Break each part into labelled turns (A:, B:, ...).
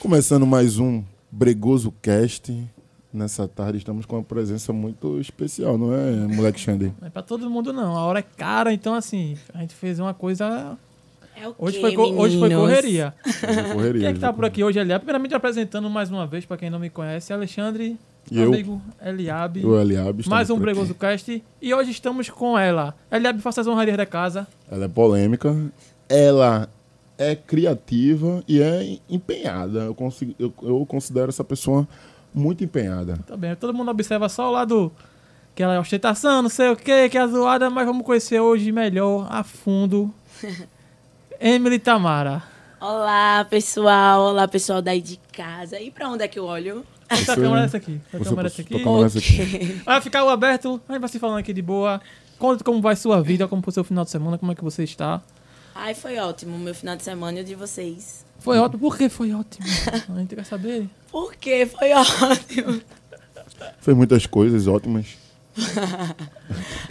A: Começando mais um Bregoso Cast. Nessa tarde estamos com uma presença muito especial, não é, moleque Xander?
B: Não é pra todo mundo, não. A hora é cara, então assim, a gente fez uma coisa.
C: É o
B: Hoje,
C: quê,
B: foi, co- hoje foi
C: meninos?
B: correria.
A: Hoje é correria,
B: Quem é que tá
A: hoje é
B: por aqui hoje, Eliabe? Primeiramente apresentando mais uma vez, pra quem não me conhece, Alexandre,
A: E eu?
B: amigo Eliabe.
A: correria. O Eliab estamos
B: Mais um
A: por aqui.
B: Bregoso Cast. E hoje estamos com ela. Eliabe, faça as honrarias da casa.
A: Ela é polêmica, ela é criativa e é empenhada. Eu, consi- eu- eu considero essa pessoa muito empenhada.
B: Tá bem, todo mundo observa só o lado que ela é ostentação, não sei o que, que é zoada, mas vamos conhecer hoje melhor, a fundo, Emily Tamara.
C: Olá, pessoal. Olá, pessoal daí de casa. E pra onde é que eu olho?
B: Essa
A: Você-
B: câmera é essa aqui. Essa
A: Você pode
B: câmera é essa aqui.
A: tocar mais aqui.
B: Vai ficar o aberto, a gente vai se falando aqui de boa. Conta como vai sua vida, como foi seu final de semana, como é que você está.
C: Ai, foi ótimo meu final de semana e o de vocês.
B: Foi ótimo, por que foi ótimo? A gente quer saber.
C: Por quê? Foi ótimo.
A: Fez muitas coisas ótimas.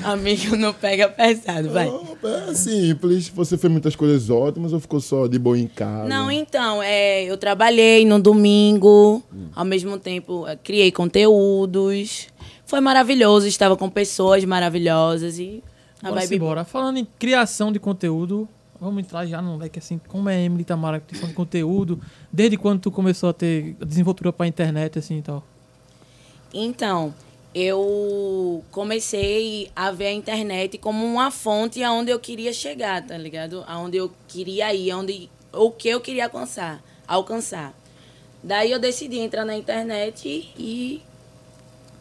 C: Amigo, não pega pesado, vai.
A: Oh, é simples. Você fez muitas coisas ótimas ou ficou só de boa em casa?
C: Não, então, é, eu trabalhei no domingo, ao mesmo tempo é, criei conteúdos. Foi maravilhoso, estava com pessoas maravilhosas e a
B: Bora
C: vibe
B: embora. Falando em criação de conteúdo, vamos entrar já no leque assim, como é a Emily Tamara, criação de conteúdo, desde quando tu começou a ter desenvoltura pra internet, assim, e tal.
C: Então, eu comecei a ver a internet como uma fonte aonde eu queria chegar, tá ligado? Aonde eu queria ir, aonde o que eu queria alcançar, alcançar. Daí eu decidi entrar na internet e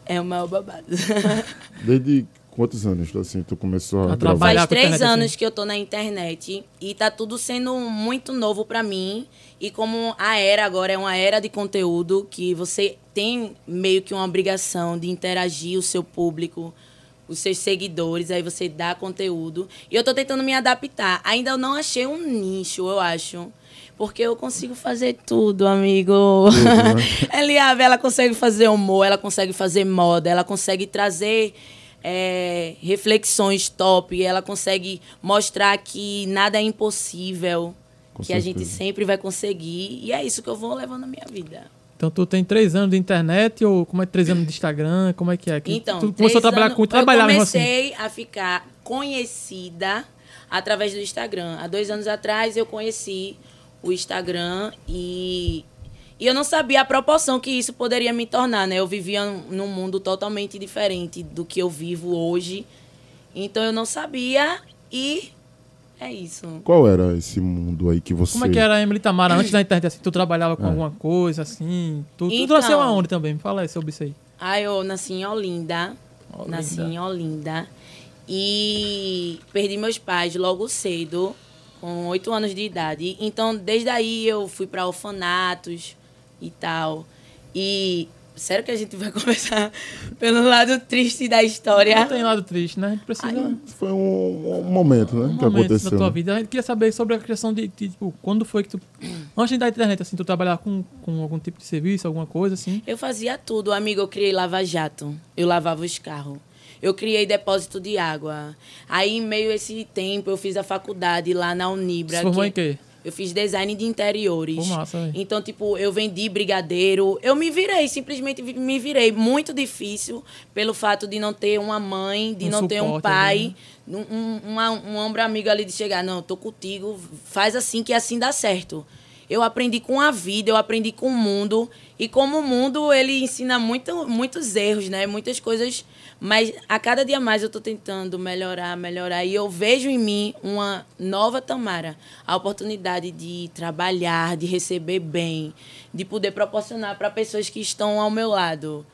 C: é o maior babado.
A: Desde quantos anos assim, tu começou a,
B: A
A: gravar?
B: trabalhar.
C: Faz
B: com a
C: três
B: internet,
C: anos
B: assim.
C: que eu tô na internet e tá tudo sendo muito novo pra mim. E como a era agora é uma era de conteúdo que você tem meio que uma obrigação de interagir o seu público, os seus seguidores, aí você dá conteúdo. E eu tô tentando me adaptar. Ainda eu não achei um nicho, eu acho. Porque eu consigo fazer tudo, amigo.
B: né?
C: Eliave, ela consegue fazer humor, ela consegue fazer moda, ela consegue trazer é, reflexões top, ela consegue mostrar que nada é impossível,
A: Com
C: que a gente
A: certeza.
C: sempre vai conseguir. E é isso que eu vou levando na minha vida.
B: Então tu tem três anos de internet, ou como é três anos de Instagram, como é que é? Que
C: Então,
B: tu começou a
C: três
B: trabalhar
C: anos-
B: com trabalhar
C: eu
B: mesmo assim.
C: comecei a ficar conhecida através do Instagram. Há dois anos atrás eu conheci o Instagram e, e eu não sabia a proporção que isso poderia me tornar, né? Eu vivia num- num mundo totalmente diferente do que eu vivo hoje. Então eu não sabia e é isso.
A: Qual era esse mundo aí que você.
B: Como é que era a Emily Tamara antes da internet, assim, tu trabalhava
A: É.
B: com alguma coisa, assim, tu, tu
C: Então.
B: nasceu aonde também? Me fala aí sobre isso aí.
C: Ah, eu nasci em Olinda.
B: Olinda.
C: Nasci em Olinda. E perdi meus pais logo cedo, com oito anos de idade. Então, desde aí eu fui para orfanatos e tal. E sério que a gente vai começar pelo lado triste da
B: Não
C: história?
B: tem lado triste, né? A gente precisa...
A: Foi um, um momento, né?
B: um
A: que
B: momento
A: aconteceu.
B: da tua
A: né?
B: vida. A gente queria saber sobre a criação de, de, tipo, quando foi que tu. Antes da internet, assim, tu trabalhava com, com algum tipo de serviço, alguma coisa, assim.
C: Eu fazia tudo, amigo. Eu criei lava-jato. Eu lavava os carros. Eu criei depósito de água. Aí, em meio a esse tempo, eu fiz a faculdade lá na Unibra.
B: Se formou
C: que-
B: em quê?
C: Eu fiz design de interiores.
B: Pô, massa, véi.
C: então, tipo, eu vendi brigadeiro. Eu me virei, simplesmente vi- me virei. Muito difícil pelo fato de não ter uma mãe, de
B: Um
C: não ter um
B: suporte né?
C: pai, um, um, uma- um ombro amigo ali de chegar. Não, tô contigo, faz assim que assim dá certo. Eu aprendi com a vida, eu aprendi com o mundo. E como o mundo, ele ensina muito, muitos erros, né? Muitas coisas. Mas a cada dia mais eu tô tentando melhorar, melhorar. E eu vejo em mim uma nova Tamara. A oportunidade de trabalhar, de receber bem, de poder proporcionar para pessoas que estão ao meu lado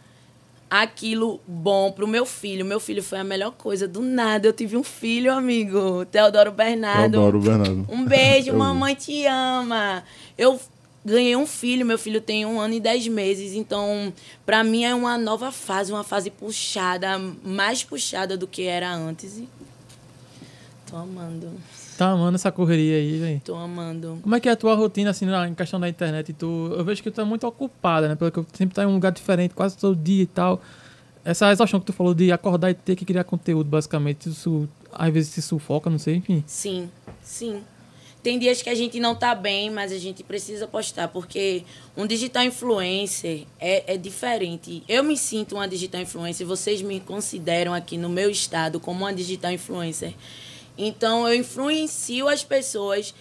C: aquilo bom pro meu filho. Meu filho foi a melhor coisa. Do nada eu tive um filho, amigo. Teodoro Bernardo.
A: Teodoro Bernardo.
C: Um beijo,
A: Eu-
C: mamãe te ama. Eu ganhei um filho, meu filho tem um ano e dez meses. Então, pra mim é uma nova fase, uma fase puxada, mais puxada do que era antes. E Tô amando,
B: Tá amando essa correria aí, velho.
C: tô amando.
B: Como é que é a tua rotina, assim, na em questão da internet? Tu, eu vejo que tu é muito ocupada, né? Pelo que eu sempre tá em um lugar diferente, quase todo dia e tal. Essa exaustão que tu falou de acordar e ter que criar conteúdo, basicamente, isso às vezes se sufoca, não sei, enfim.
C: Sim, sim. tem dias que a gente não tá bem, mas a gente precisa postar, porque um digital influencer é, é diferente. Eu me sinto uma digital influencer, vocês me consideram aqui no meu estado como uma digital influencer. Então eu influencio as pessoas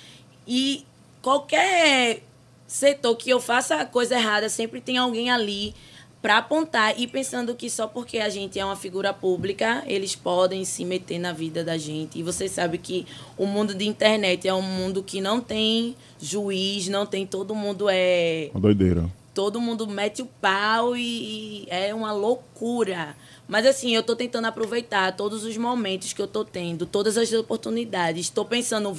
C: e qualquer setor que eu faça a coisa errada, sempre tem alguém ali para apontar e pensando que só porque a gente é uma figura pública, eles podem se meter na vida da gente. E você sabe que o mundo de internet é um mundo que não tem juiz, não tem todo mundo é
A: Uma doideira.
C: todo mundo mete o pau e, e é uma loucura. Mas assim, eu tô tentando aproveitar todos os momentos que eu tô tendo, todas as oportunidades. Tô pensando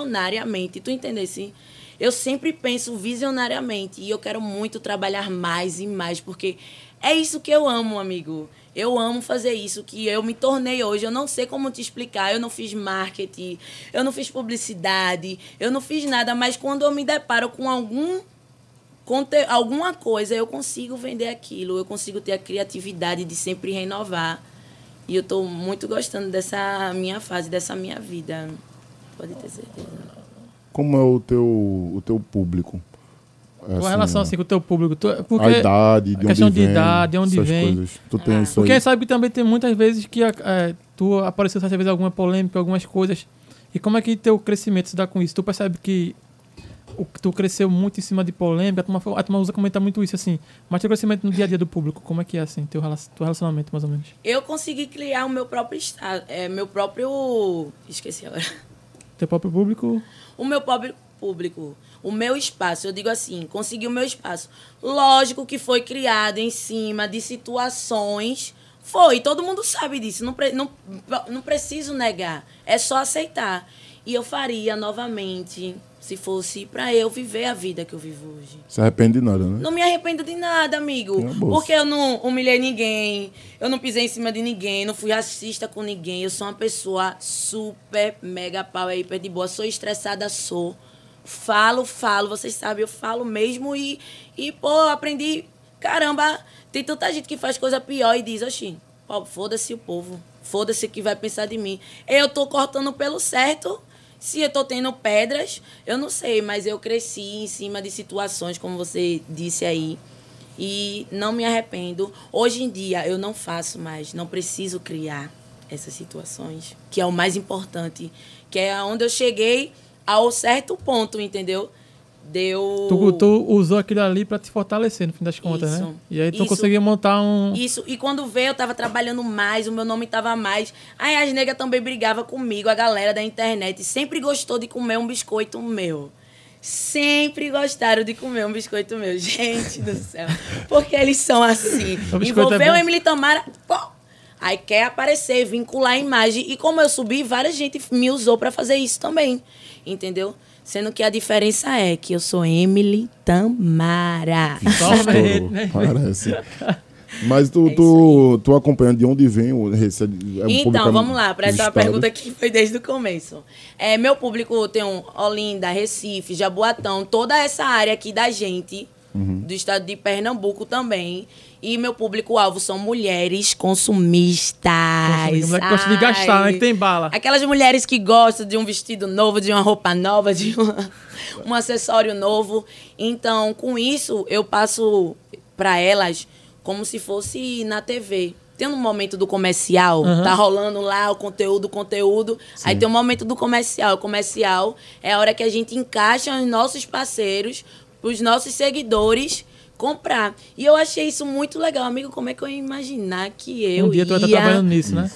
C: visionariamente, tu entendesse? Eu sempre penso visionariamente e eu quero muito trabalhar mais e mais, porque é isso que eu amo, amigo. Eu amo fazer isso que eu me tornei hoje. Eu não sei como te explicar. Eu não fiz marketing, eu não fiz publicidade, eu não fiz nada, mas quando eu me deparo com algum conte alguma coisa, eu consigo vender aquilo, eu consigo ter a criatividade de sempre renovar. E eu tô muito gostando dessa minha fase, dessa minha vida. Pode ter certeza.
A: Como é o teu, o teu público? É
B: Com relação assim com o teu público. tu- porque,
A: né? a idade, de
B: a questão
A: onde
B: de
A: vem,
B: idade, de onde
A: essas
B: vem.
A: coisas. Tu
C: Ah.
A: tem isso
B: porque
A: aí?
B: sabe que também tem muitas vezes que eh, tu apareceu certa vez alguma polêmica, algumas coisas. E como é que teu crescimento se dá com isso? Tu percebe que o, que tu cresceu muito em cima de polêmica, a turma, fa- a turma usa comentar muito isso, assim. Mas teu crescimento no dia a dia do público, como é que é, assim, teu, rela- teu relacionamento, mais ou menos?
C: Eu consegui criar o meu próprio estado, é, meu próprio, esqueci agora.
B: Teu próprio público,
C: o meu pobre público, o meu espaço. Eu digo assim, consegui o meu espaço. Lógico que foi criado em cima de situações. Foi, todo mundo sabe disso. Não, pre- não, não preciso negar. É só aceitar. E eu faria novamente, se fosse para eu viver a vida que eu vivo hoje.
A: Se arrepende de nada, né?
C: Não me arrependo de nada, amigo.
A: Tem uma bolsa.
C: Porque eu não humilhei ninguém, eu não pisei em cima de ninguém, não fui racista com ninguém. Eu sou uma pessoa super, mega pau, é hiper de boa. Sou estressada, sou. Falo, falo, vocês sabem, eu falo mesmo e, e pô, eu aprendi. Caramba, tem tanta gente que faz coisa pior e diz, oxi, pô, foda-se o povo, foda-se o que vai pensar de mim. Eu tô cortando pelo certo. Se eu tô tendo pedras, eu não sei, mas eu cresci em cima de situações, como você disse aí. E não me arrependo. Hoje em dia eu não faço mais, não preciso criar essas situações, que é o mais importante, que é onde eu cheguei ao certo ponto, entendeu? Deu
B: tu, tu usou aquilo ali pra te fortalecer, no fim das contas,
C: Isso.
B: né? E aí tu
C: Isso.
B: conseguiu montar um...
C: Isso, e quando veio, eu tava trabalhando mais, o meu nome tava mais. Aí as negras também brigavam comigo, a galera da internet sempre gostou de comer um biscoito meu. Sempre gostaram de comer um biscoito meu. Gente do céu. Porque eles são assim.
B: O biscoito é
C: Envolveu
B: bom.
C: o Emily Tamara. pô, Aí quer aparecer, vincular a imagem. E como eu subi, várias gente me usou pra fazer isso também. Entendeu? Sendo que a diferença é que eu sou Emily Tamara.
B: Talvez,
A: Estourou,
B: né?
A: Parece. Mas tu, tu, tu acompanha de onde vem o esse é um
C: É Então,
A: público
C: vamos lá, para
A: dos
C: essa
A: estados.
C: pergunta que foi desde o começo. É, meu público tem um Olinda, Recife, Jaboatão, toda essa área aqui da gente,
A: Uhum.
C: do estado de Pernambuco também. E meu público-alvo são mulheres consumistas.
B: Consumistas, mulher um, que gosta é de
C: Ai.
B: gastar, né? Que tem bala.
C: Aquelas mulheres que gostam de um vestido novo, de uma roupa nova, de uma- um acessório novo. Então, com isso, eu passo para elas como se fosse na TV. Tem um momento do comercial,
B: Aham.
C: tá rolando lá o conteúdo, o conteúdo. Aí tem um momento do comercial. O comercial é a hora que a gente encaixa os nossos parceiros, os nossos seguidores comprar. E eu achei isso muito legal. Amigo, como é que eu ia imaginar que eu
B: um dia tu vai
C: ia...
B: estar trabalhando nisso, né?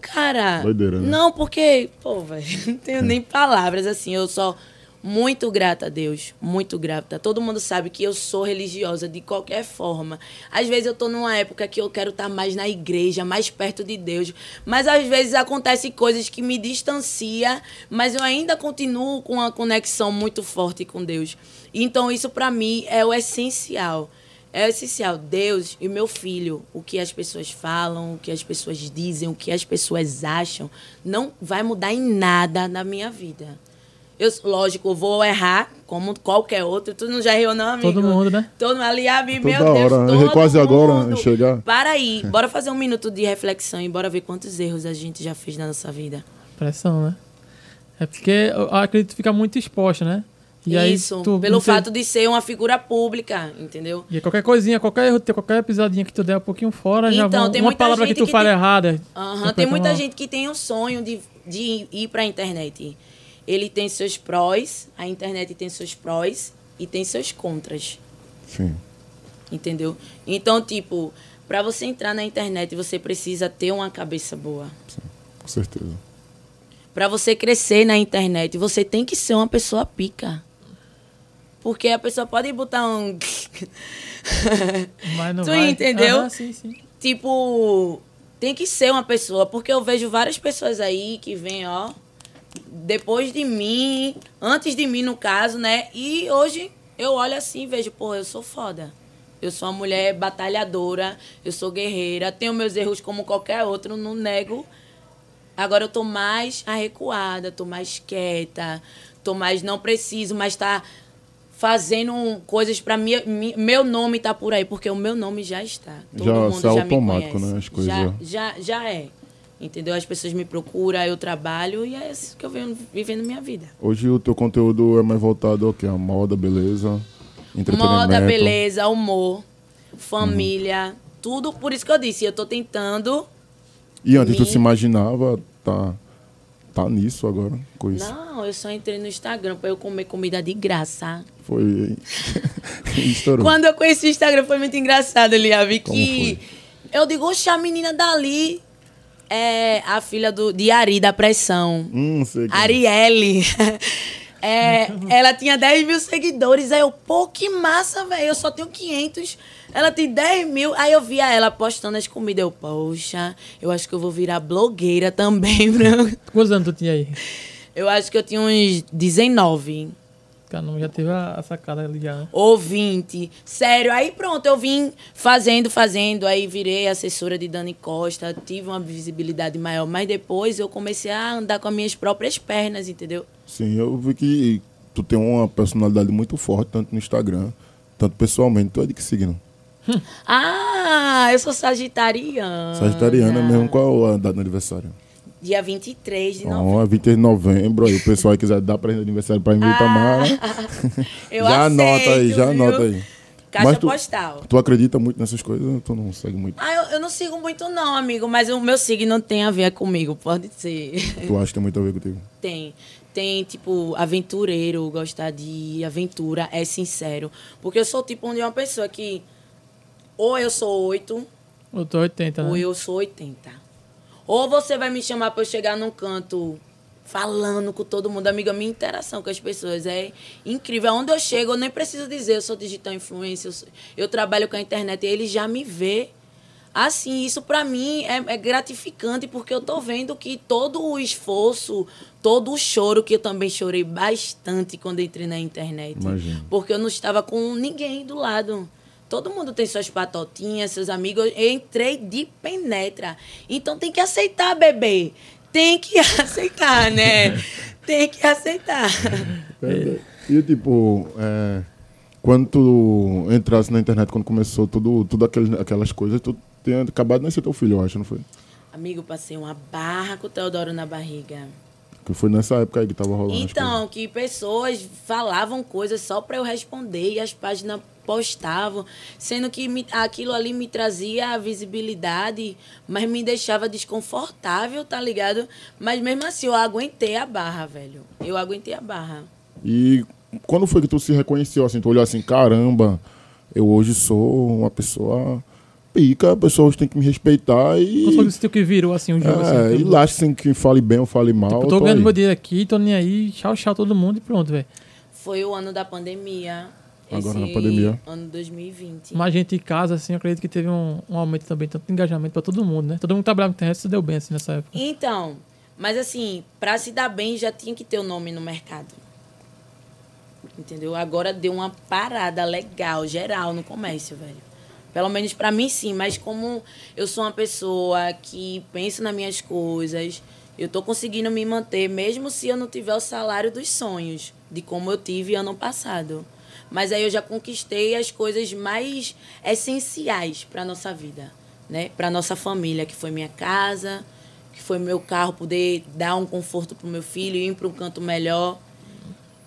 C: Cara.
A: Doideira, né?
C: Não, porque, pô, velho, não tenho nem palavras assim. Eu só. Muito grata a Deus, muito grata. Todo mundo sabe que eu sou religiosa de qualquer forma. Às vezes eu tô numa época que eu quero estar mais na igreja, mais perto de Deus, mas às vezes acontecem coisas que me distancia, mas eu ainda continuo com uma conexão muito forte com Deus. Então isso pra mim é o essencial. É essencial, Deus e meu filho, o que as pessoas falam, o que as pessoas dizem, o que as pessoas acham, não vai mudar em nada na minha vida. Eu, lógico, eu vou errar, como qualquer outro. Tu não já errou, não, amigo?
B: Todo mundo, né?
C: Todo ali, Abi,
A: Toda
C: meu Deus,
A: hora, né?
C: todo
A: quase agora,
C: mundo.
A: chegar.
C: Para aí, bora fazer um minuto de reflexão e bora ver quantos erros a gente já fez na nossa vida.
B: Pressão, né? É porque eu acredito que fica muito exposta, né? E aí
C: Isso,
B: tu-
C: pelo
B: não sei-
C: fato de ser uma figura pública, entendeu?
B: E qualquer coisinha, qualquer erro, teu, qualquer pisadinha que tu der um pouquinho fora, já
C: Então,
B: vão,
C: tem
B: uma
C: muita
B: palavra que
C: gente
B: tu
C: que
B: fala
C: tem-
B: errada. Tipo, então,
C: Aham,
B: já
C: tem
B: pega
C: muita
B: uma-
C: gente que tem o sonho de, de ir para a internet. Ele tem seus prós, a internet tem seus prós e tem seus contras,
A: Sim.
C: entendeu? Então, tipo, para você entrar na internet, você precisa ter uma cabeça boa.
A: Com certeza.
C: Para você crescer na internet, você tem que ser uma pessoa pica. Porque a pessoa pode botar um
B: Mas não
C: Tu
B: vai.
C: entendeu?
B: Aham, sim, sim.
C: tipo, tem que ser uma pessoa, porque eu vejo várias pessoas aí que vêm, ó, depois de mim, antes de mim, no caso, né? E hoje eu olho assim e vejo, pô, eu sou foda. Eu sou uma mulher batalhadora, eu sou guerreira, tenho meus erros como qualquer outro, não nego. Agora eu tô mais arrecuada, tô mais quieta, tô mais não preciso, mas tá fazendo um- coisas pra mim. mi- Meu nome tá por aí, porque o meu nome já está. Todo
A: Já-
C: mundo
A: isso é
C: já
A: automático,
C: me conhece.
A: né, as coisas.
C: Já, já, já é. Entendeu? As pessoas me procuram, eu trabalho e é isso que eu venho vivendo minha vida.
A: Hoje o teu conteúdo é mais voltado ao quê? A moda, beleza, entretenimento. Uhum.
C: Moda, beleza, humor, família, tudo. Por isso que eu disse, eu tô tentando.
A: E antes tu
C: Me-
A: se imaginava tá tá nisso agora com isso?
C: Não, eu só entrei no Instagram pra eu comer comida de graça.
A: Foi estourou.
C: Quando eu conheci o Instagram foi muito engraçado, Liave,
A: Hum. Como
C: que eu digo, oxe, a menina dali é a filha do, de Ari da pressão.
A: Hum, sei que...
C: Arielle. É, ela tinha 10 mil seguidores. Aí eu, pô, que massa, velho. Eu só tenho 500. Ela tem 10 mil. Aí eu via ela postando as comidas. Eu, poxa, eu acho que eu vou virar blogueira também, branco.
B: Quantos anos tu tinha aí?
C: Eu acho que eu tinha uns 19.
B: Caramba, já teve a, a sacada ali já, né?
C: ouvinte. Sério, aí pronto, eu vim fazendo, fazendo, aí virei assessora de Dani Costa, tive uma visibilidade maior, mas depois eu comecei a andar com as minhas próprias pernas, entendeu?
A: Sim, eu vi que tu tem uma personalidade muito forte, tanto no Instagram, tanto pessoalmente. Tu é de que signo?
C: Ah, eu sou sagitariana.
A: Sagitariana mesmo. Qual a data do aniversário?
C: Dia 23 de novembro.
A: Ó, 20 de novembro. Aí o pessoal aí quiser dar presente de aniversário pra
C: Ah.
A: mim, Tamara.
C: Eu
A: já
C: aceito,
A: anota aí, já
C: viu?
A: anota aí.
C: Caixa
A: Mas tu-
C: postal.
A: Tu acredita muito nessas coisas? Tu não segue muito.
C: Ah, eu, eu não sigo muito não, amigo, mas o meu signo tem a ver comigo, pode ser.
A: Tu acha que tem muito a ver contigo?
C: Tem. Tem, tipo, aventureiro, gostar de aventura, é sincero. Porque eu sou tipo de uma pessoa que ou eu sou 8
B: Eu tô 80, né?
C: ou eu sou 80. Ou você vai me chamar pra eu chegar num canto falando com todo mundo. Amiga, minha interação com as pessoas é incrível. Onde eu chego, eu nem preciso dizer, eu sou digital influencer, eu, sou- eu trabalho com a internet e ele já me vê. Assim, isso pra mim é, é gratificante, porque eu tô vendo que todo o esforço, todo o choro, que eu também chorei bastante quando entrei na internet.
A: Imagino.
C: Porque eu não estava com ninguém do lado. Todo mundo tem suas patotinhas, seus amigos. Eu entrei de penetra. Então tem que aceitar, bebê. Tem que aceitar, né? tem que aceitar.
B: É,
A: E tipo, é, quando tu entrasse na internet, quando começou tudo, tudo aquele, aquelas coisas, tu tinha acabado de nascer teu filho, eu acho, não foi?
C: Amigo, passei uma barra com o Teodoro na barriga.
A: Que foi nessa época aí que tava rolando. as coisas.
C: Então, que pessoas falavam coisas só para eu responder e as páginas postavam, sendo que me- aquilo ali me trazia a visibilidade, mas me deixava desconfortável, tá ligado? Mas mesmo assim, eu aguentei a barra, velho. Eu aguentei a barra.
A: E quando foi que tu se reconheceu assim? Tu olhou assim, caramba, eu hoje sou uma pessoa pica, as pessoas têm que me respeitar
B: Qual foi o
A: e.
B: estilo que virou, assim, o jogo?
A: É,
B: assim,
A: e
B: tudo?
A: lá sem que fale bem ou fale mal.
B: Tipo,
A: tô
B: tô ganhando
A: aí.
B: meu dinheiro aqui, tô nem aí, tchau, tchau todo mundo e pronto, velho.
C: Foi o ano da pandemia.
A: Agora
C: esse
A: na pandemia.
C: Ano 2020.
B: Mais gente em casa, assim, eu acredito que teve um, um aumento também, tanto de engajamento pra todo mundo, né? Todo mundo que trabalhava com internet se deu bem, assim, nessa época.
C: Então, mas assim, pra se dar bem já tinha que ter o nome no mercado. Entendeu? Agora deu uma parada legal, geral, no comércio, velho. Pelo menos pra mim sim, mas como eu sou uma pessoa que penso nas minhas coisas, eu tô conseguindo me manter, mesmo se eu não tiver o salário dos sonhos, de como eu tive ano passado. Mas aí eu já conquistei as coisas mais essenciais pra nossa vida, né? Pra nossa família, que foi minha casa, que foi meu carro, poder dar um conforto pro meu filho, ir para um canto melhor.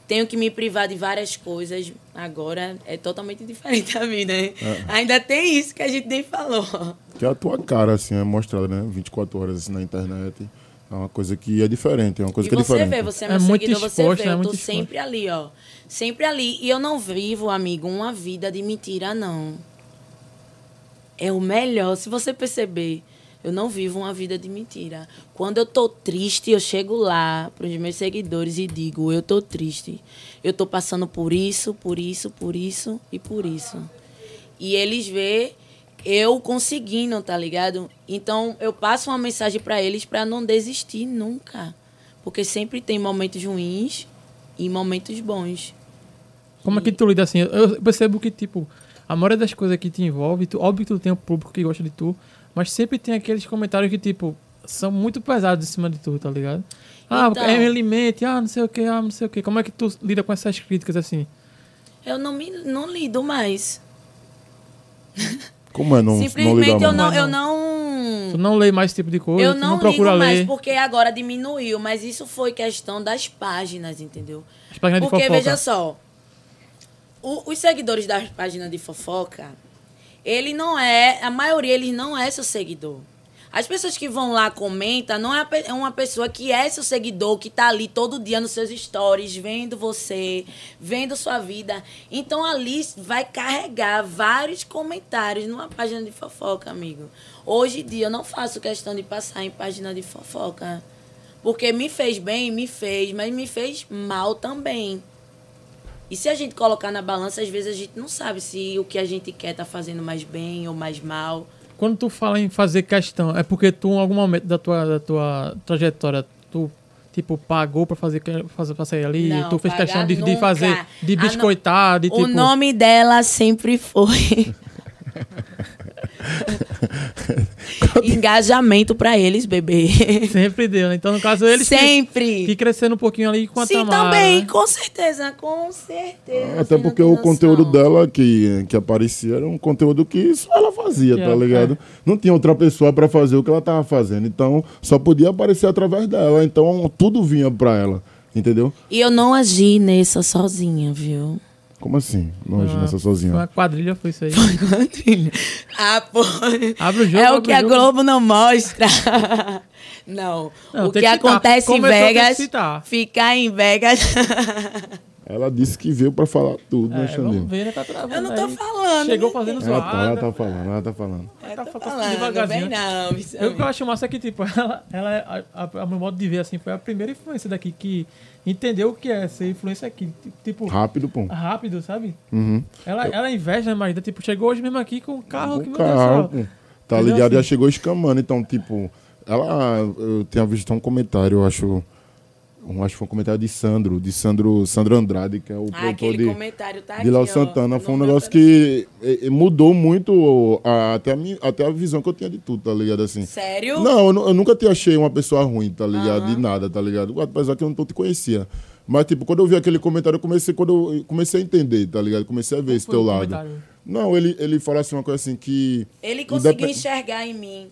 C: Tenho que me privar de várias coisas. Agora é totalmente diferente a vida, né? Ainda tem isso que a gente nem falou.
A: Que a tua cara, assim, é mostrada, né? 24 horas assim, na internet. É uma coisa que é diferente, é uma coisa
C: e
A: que é
C: você
A: diferente.
C: vê, você é
B: É
C: meu
B: muito
C: seguidor,
B: exposto,
C: você vê.
B: é
C: eu
B: muito
C: tô
B: exposto.
C: sempre ali, ó. Sempre ali. E eu não vivo, amigo, uma vida de mentira, não. É o melhor. Se você perceber, eu não vivo uma vida de mentira. Quando eu tô triste, eu chego lá pros meus seguidores e digo, eu tô triste. Eu tô passando por isso, por isso, por isso e por isso. E eles vê eu conseguindo, tá ligado? Então eu passo uma mensagem pra eles pra não desistir nunca, porque sempre tem momentos ruins e momentos bons.
B: Como é que tu lida assim? Eu- Eu percebo que, tipo, a maioria das coisas que te envolve, tu, óbvio que tu tem um público que gosta de tu, mas sempre tem aqueles comentários que, tipo, são muito pesados em cima de tu, tá ligado? Ah,
C: Então.
B: é alimente, ah, não sei o que, ah, não sei o que. Como é que tu lida com essas críticas assim?
C: Eu não me não lido mais.
A: Como é não, não lidar
C: Simplesmente
A: mais?
C: eu não eu
B: Tu
C: não
B: não lê mais esse tipo de coisa,
C: eu
B: tu
C: não,
B: não
C: ligo
B: procura
C: mais
B: ler.
C: porque agora diminuiu, mas isso foi questão das páginas, entendeu?
B: As páginas é de
C: Porque
B: fofoca.
C: veja só, o- os seguidores da página de fofoca, ele não é, a maioria eles não é seu seguidor. As pessoas que vão lá comenta não é a pe- é uma pessoa que é seu seguidor, que tá ali todo dia nos seus stories, vendo você, vendo sua vida. Então ali vai carregar vários comentários numa página de fofoca, amigo. Hoje em dia eu não faço questão de passar em página de fofoca. Porque me fez bem, me fez, mas me fez mal também. E se a gente colocar na balança, às vezes a gente não sabe se o que a gente quer tá fazendo mais bem ou mais mal.
B: Quando tu fala em fazer questão, é porque tu, em algum momento da tua, da tua trajetória, tu, tipo, pagou pra fazer, que- fazer pra sair ali?
C: Não,
B: tu fez
C: pagar
B: questão de, de
C: nunca.
B: fazer, de
C: Ah, não.
B: biscoitar, de tipo...
C: O nome dela sempre foi. Engajamento pra eles, bebê.
B: Sempre deu, né? Então, no caso, eles que-
C: sempre.
B: que crescendo um pouquinho ali com a
C: Sim,
B: Tamara,
C: também,
B: né?
C: com certeza, com certeza. né,
A: Até
C: você não
A: porque
C: tem
A: o
C: noção.
A: conteúdo dela que, que aparecia era um conteúdo que só ela fazia,
B: Que
A: tá
B: ela-
A: ligado? Não tinha outra pessoa pra fazer o que ela tava fazendo. Então, só podia aparecer através dela. Então, tudo vinha pra ela, entendeu?
C: E eu não agi nessa sozinha, viu?
A: Como assim? Não agindo
B: Ah,
A: essa sozinha.
B: Foi uma quadrilha, foi isso aí.
C: Ah, pô.
B: Abre o jogo,
C: é o
B: abre
C: que
B: o
C: a
B: jogo.
C: Globo não mostra. não.
B: Não,
C: o
B: tem
C: que,
B: que citar.
C: acontece em
B: Começou, tem que
C: Vegas.
B: citar.
C: Ficar em Vegas.
A: Ela disse que veio pra falar tudo, né,
B: É, vamos
A: Xandinho?
B: ver, né? Tá travando
C: Eu não tô
B: aí.
C: falando,
B: Chegou
C: né?
B: fazendo
A: Ela tá, ela
B: zoada.
A: tá falando, ela tá falando.
C: Eu
B: tá
C: tô
B: falando
C: falando,
B: devagarzinho.
C: Vem não,
B: Eu, o que eu
C: bicho.
B: acho massa é que, tipo, ela, ela é- a, a, a meu modo de ver, assim, foi a primeira influência daqui que entendeu o que é ser influência aqui. Tipo,
A: Rápido, pô.
B: rápido, sabe?
A: Uhum.
B: Ela, ela inveja, né, Marida? Tipo, chegou hoje mesmo aqui com o
C: Ah,
B: carro que
A: Um
B: meu
A: carro,
B: Deus do céu.
A: pô. Tá
C: é
B: Entendeu
A: ligado? Já
B: assim?
A: chegou escamando. Então, tipo, ela. Eu tinha visto um comentário, eu acho. Um, acho que foi um comentário de Sandro, de Sandro, Sandro Andrade, que é o
C: Ah,
A: produtor
C: aquele
A: de,
C: comentário tá
A: de Léo
C: aqui, ó. tá
A: Santana. Foi um
C: Não dá
A: negócio
C: pra-
A: que eh, eh, mudou muito a- até, a minha, até a visão que eu tinha de tudo, tá ligado? Assim.
C: Sério?
A: Não, eu, nu- eu nunca te achei uma pessoa ruim, tá ligado? De nada, tá ligado? Apesar que eu não tô- te conhecia. Mas, tipo, quando eu vi aquele comentário, eu comecei, quando eu comecei a entender, tá ligado? Comecei a ver esse
B: foi
A: teu
B: o
A: lado.
B: comentário?
A: Não, ele, ele fala assim uma coisa assim que.
C: Ele conseguiu
A: indepen-
C: enxergar em mim.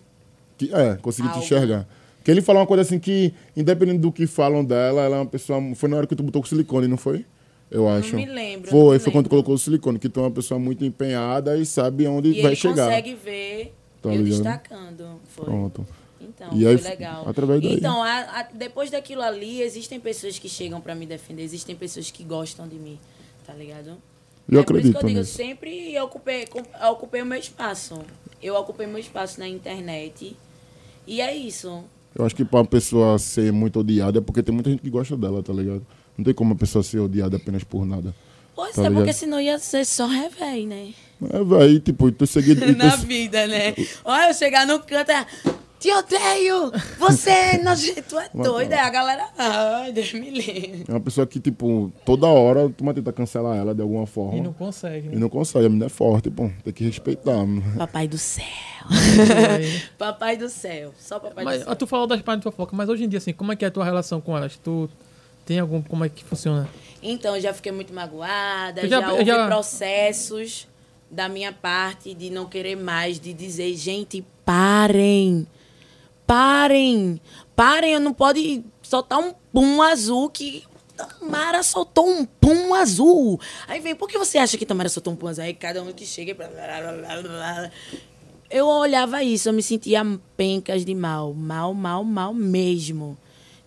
A: que- É, consegui te
C: Algo.
A: enxergar. Que ele fala uma coisa assim que, independente do que falam dela, ela é uma pessoa. Foi na hora que tu botou com silicone, não foi? Eu acho.
C: me lembro,
A: Foi,
C: não me
A: foi quando tu
C: lembro.
A: colocou o silicone, que tu é uma pessoa muito empenhada e sabe onde
C: E
A: vai
C: ele
A: chegar.
C: consegue ver
A: Tá
C: eu
A: ligado?
C: destacando. Foi.
A: Pronto.
C: Então,
A: E
C: foi
A: aí,
C: legal.
A: através daí.
C: Então, a- a- depois daquilo ali, existem pessoas que chegam pra me defender, existem pessoas que gostam de mim, tá ligado?
A: Eu
C: é por isso que
A: acredito
C: eu digo,
A: nisso.
C: sempre eu ocupei, com- eu ocupei o meu espaço. Eu ocupei meu espaço na internet. E é isso.
A: Eu acho que pra uma pessoa ser muito odiada é porque tem muita gente que gosta dela, tá ligado? Não tem como uma pessoa ser odiada apenas por nada.
C: Pois
A: Tá
C: é,
A: ligado?
C: porque senão ia ser só revéi, né?
A: É, velho, tipo, e tu seguido. e tu-
C: na vida, né? Olha, eu chegar no canto é. Te odeio! Você é nojento, tu é doida! Aí A galera. Ai, Deus me livre.
A: É uma pessoa que, tipo, toda hora tu vai tentar cancelar ela de alguma forma.
B: E não consegue,
A: E
B: né?
A: não consegue, a menina é forte, pô. Tem que respeitar.
C: Papai do céu. papai do céu. Só papai do
B: Mas
C: céu.
B: ah, tu falou das páginas de fofoca, mas hoje em dia, assim, como é que é a tua relação com elas? Tu tem algum. Como é que funciona?
C: Então, eu já fiquei muito magoada,
B: Eu já-
C: já,
B: eu
C: houve
B: já-
C: processos da minha parte de não querer mais, de dizer, gente, parem. parem, parem, não pode soltar um pum azul que Tamara soltou um pum azul. Aí vem, por que você acha que Tamara soltou um pum azul? Aí cada um que chega. blá, blá, blá, blá, blá. Eu olhava isso, eu me sentia pencas de mal. Mal, mal, mal mesmo.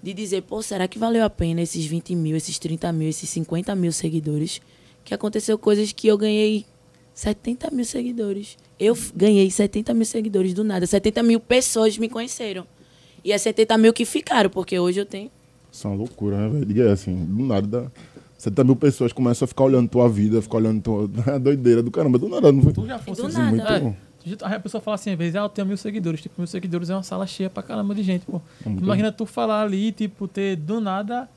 C: De dizer, pô, será que valeu a pena esses 20 mil, esses 30 mil, esses 50 mil seguidores? Que aconteceu coisas que eu ganhei 70 mil seguidores. Eu f- ganhei 70 mil seguidores do nada. 70 mil pessoas me conheceram. E é 70 mil que ficaram, porque hoje eu tenho
A: Isso é uma loucura, né, velho? Diga assim, do nada. 70 mil pessoas começam a ficar olhando tua vida, ficar olhando tua. doideira do caramba, do nada, não foi?
B: Tu já fosse
C: Do
B: assim.
A: Isso é muito
C: nada.
A: bom.
B: É, Aí a pessoa fala assim, às vezes, ah, eu tenho mil seguidores. Tipo, mil seguidores é uma sala cheia pra caramba de gente, pô.
A: É muito
B: Imagina tu falar ali, tipo, ter do nada.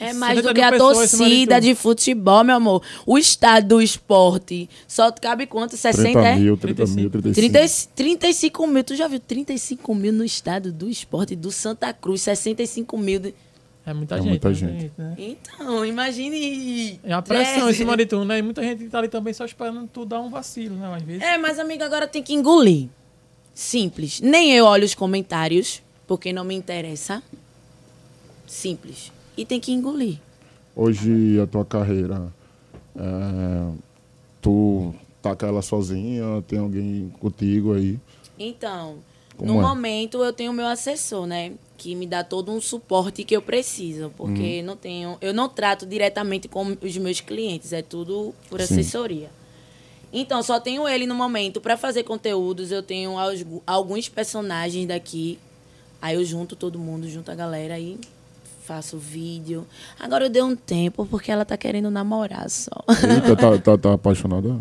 C: É mais
B: 70
C: do que
B: mil
C: a
B: pessoas em cima de
C: torcida
B: tu.
C: de futebol, meu amor. O estado do esporte só cabe quanto? 60?
A: 30
C: é?
A: mil, 30 mil, 35
C: 30, e- 35 mil. Tu já viu 35 mil no estado do esporte do Santa Cruz? 65 mil. de-
B: É muita
A: É
B: gente.
A: muita
B: né,
A: gente.
B: né?
C: Então, imagine.
B: É uma pressão em
C: 13.
B: cima de tu, né? E muita gente tá ali também só esperando tu dar um vacilo, né? Às vezes.
C: É, mas amigo, agora tem que engolir. Simples. Nem eu olho os comentários, porque não me interessa. Simples. E tem que engolir.
A: Hoje a tua carreira, é, tu taca ela sozinha, tem alguém contigo aí.
C: Então,
A: Como
C: no
A: é?
C: momento eu tenho meu assessor, né? Que me dá todo um suporte que eu preciso,
A: Uhum.
C: porque não tenho, eu não trato diretamente com os meus clientes, é tudo por
A: Sim.
C: assessoria. Então, só tenho ele no momento para fazer conteúdos, eu tenho alg- alguns personagens daqui. Aí eu junto todo mundo, junto a galera e faço vídeo. Agora eu dei um tempo porque ela tá querendo namorar só.
A: Eita, tá, tá, tá apaixonada?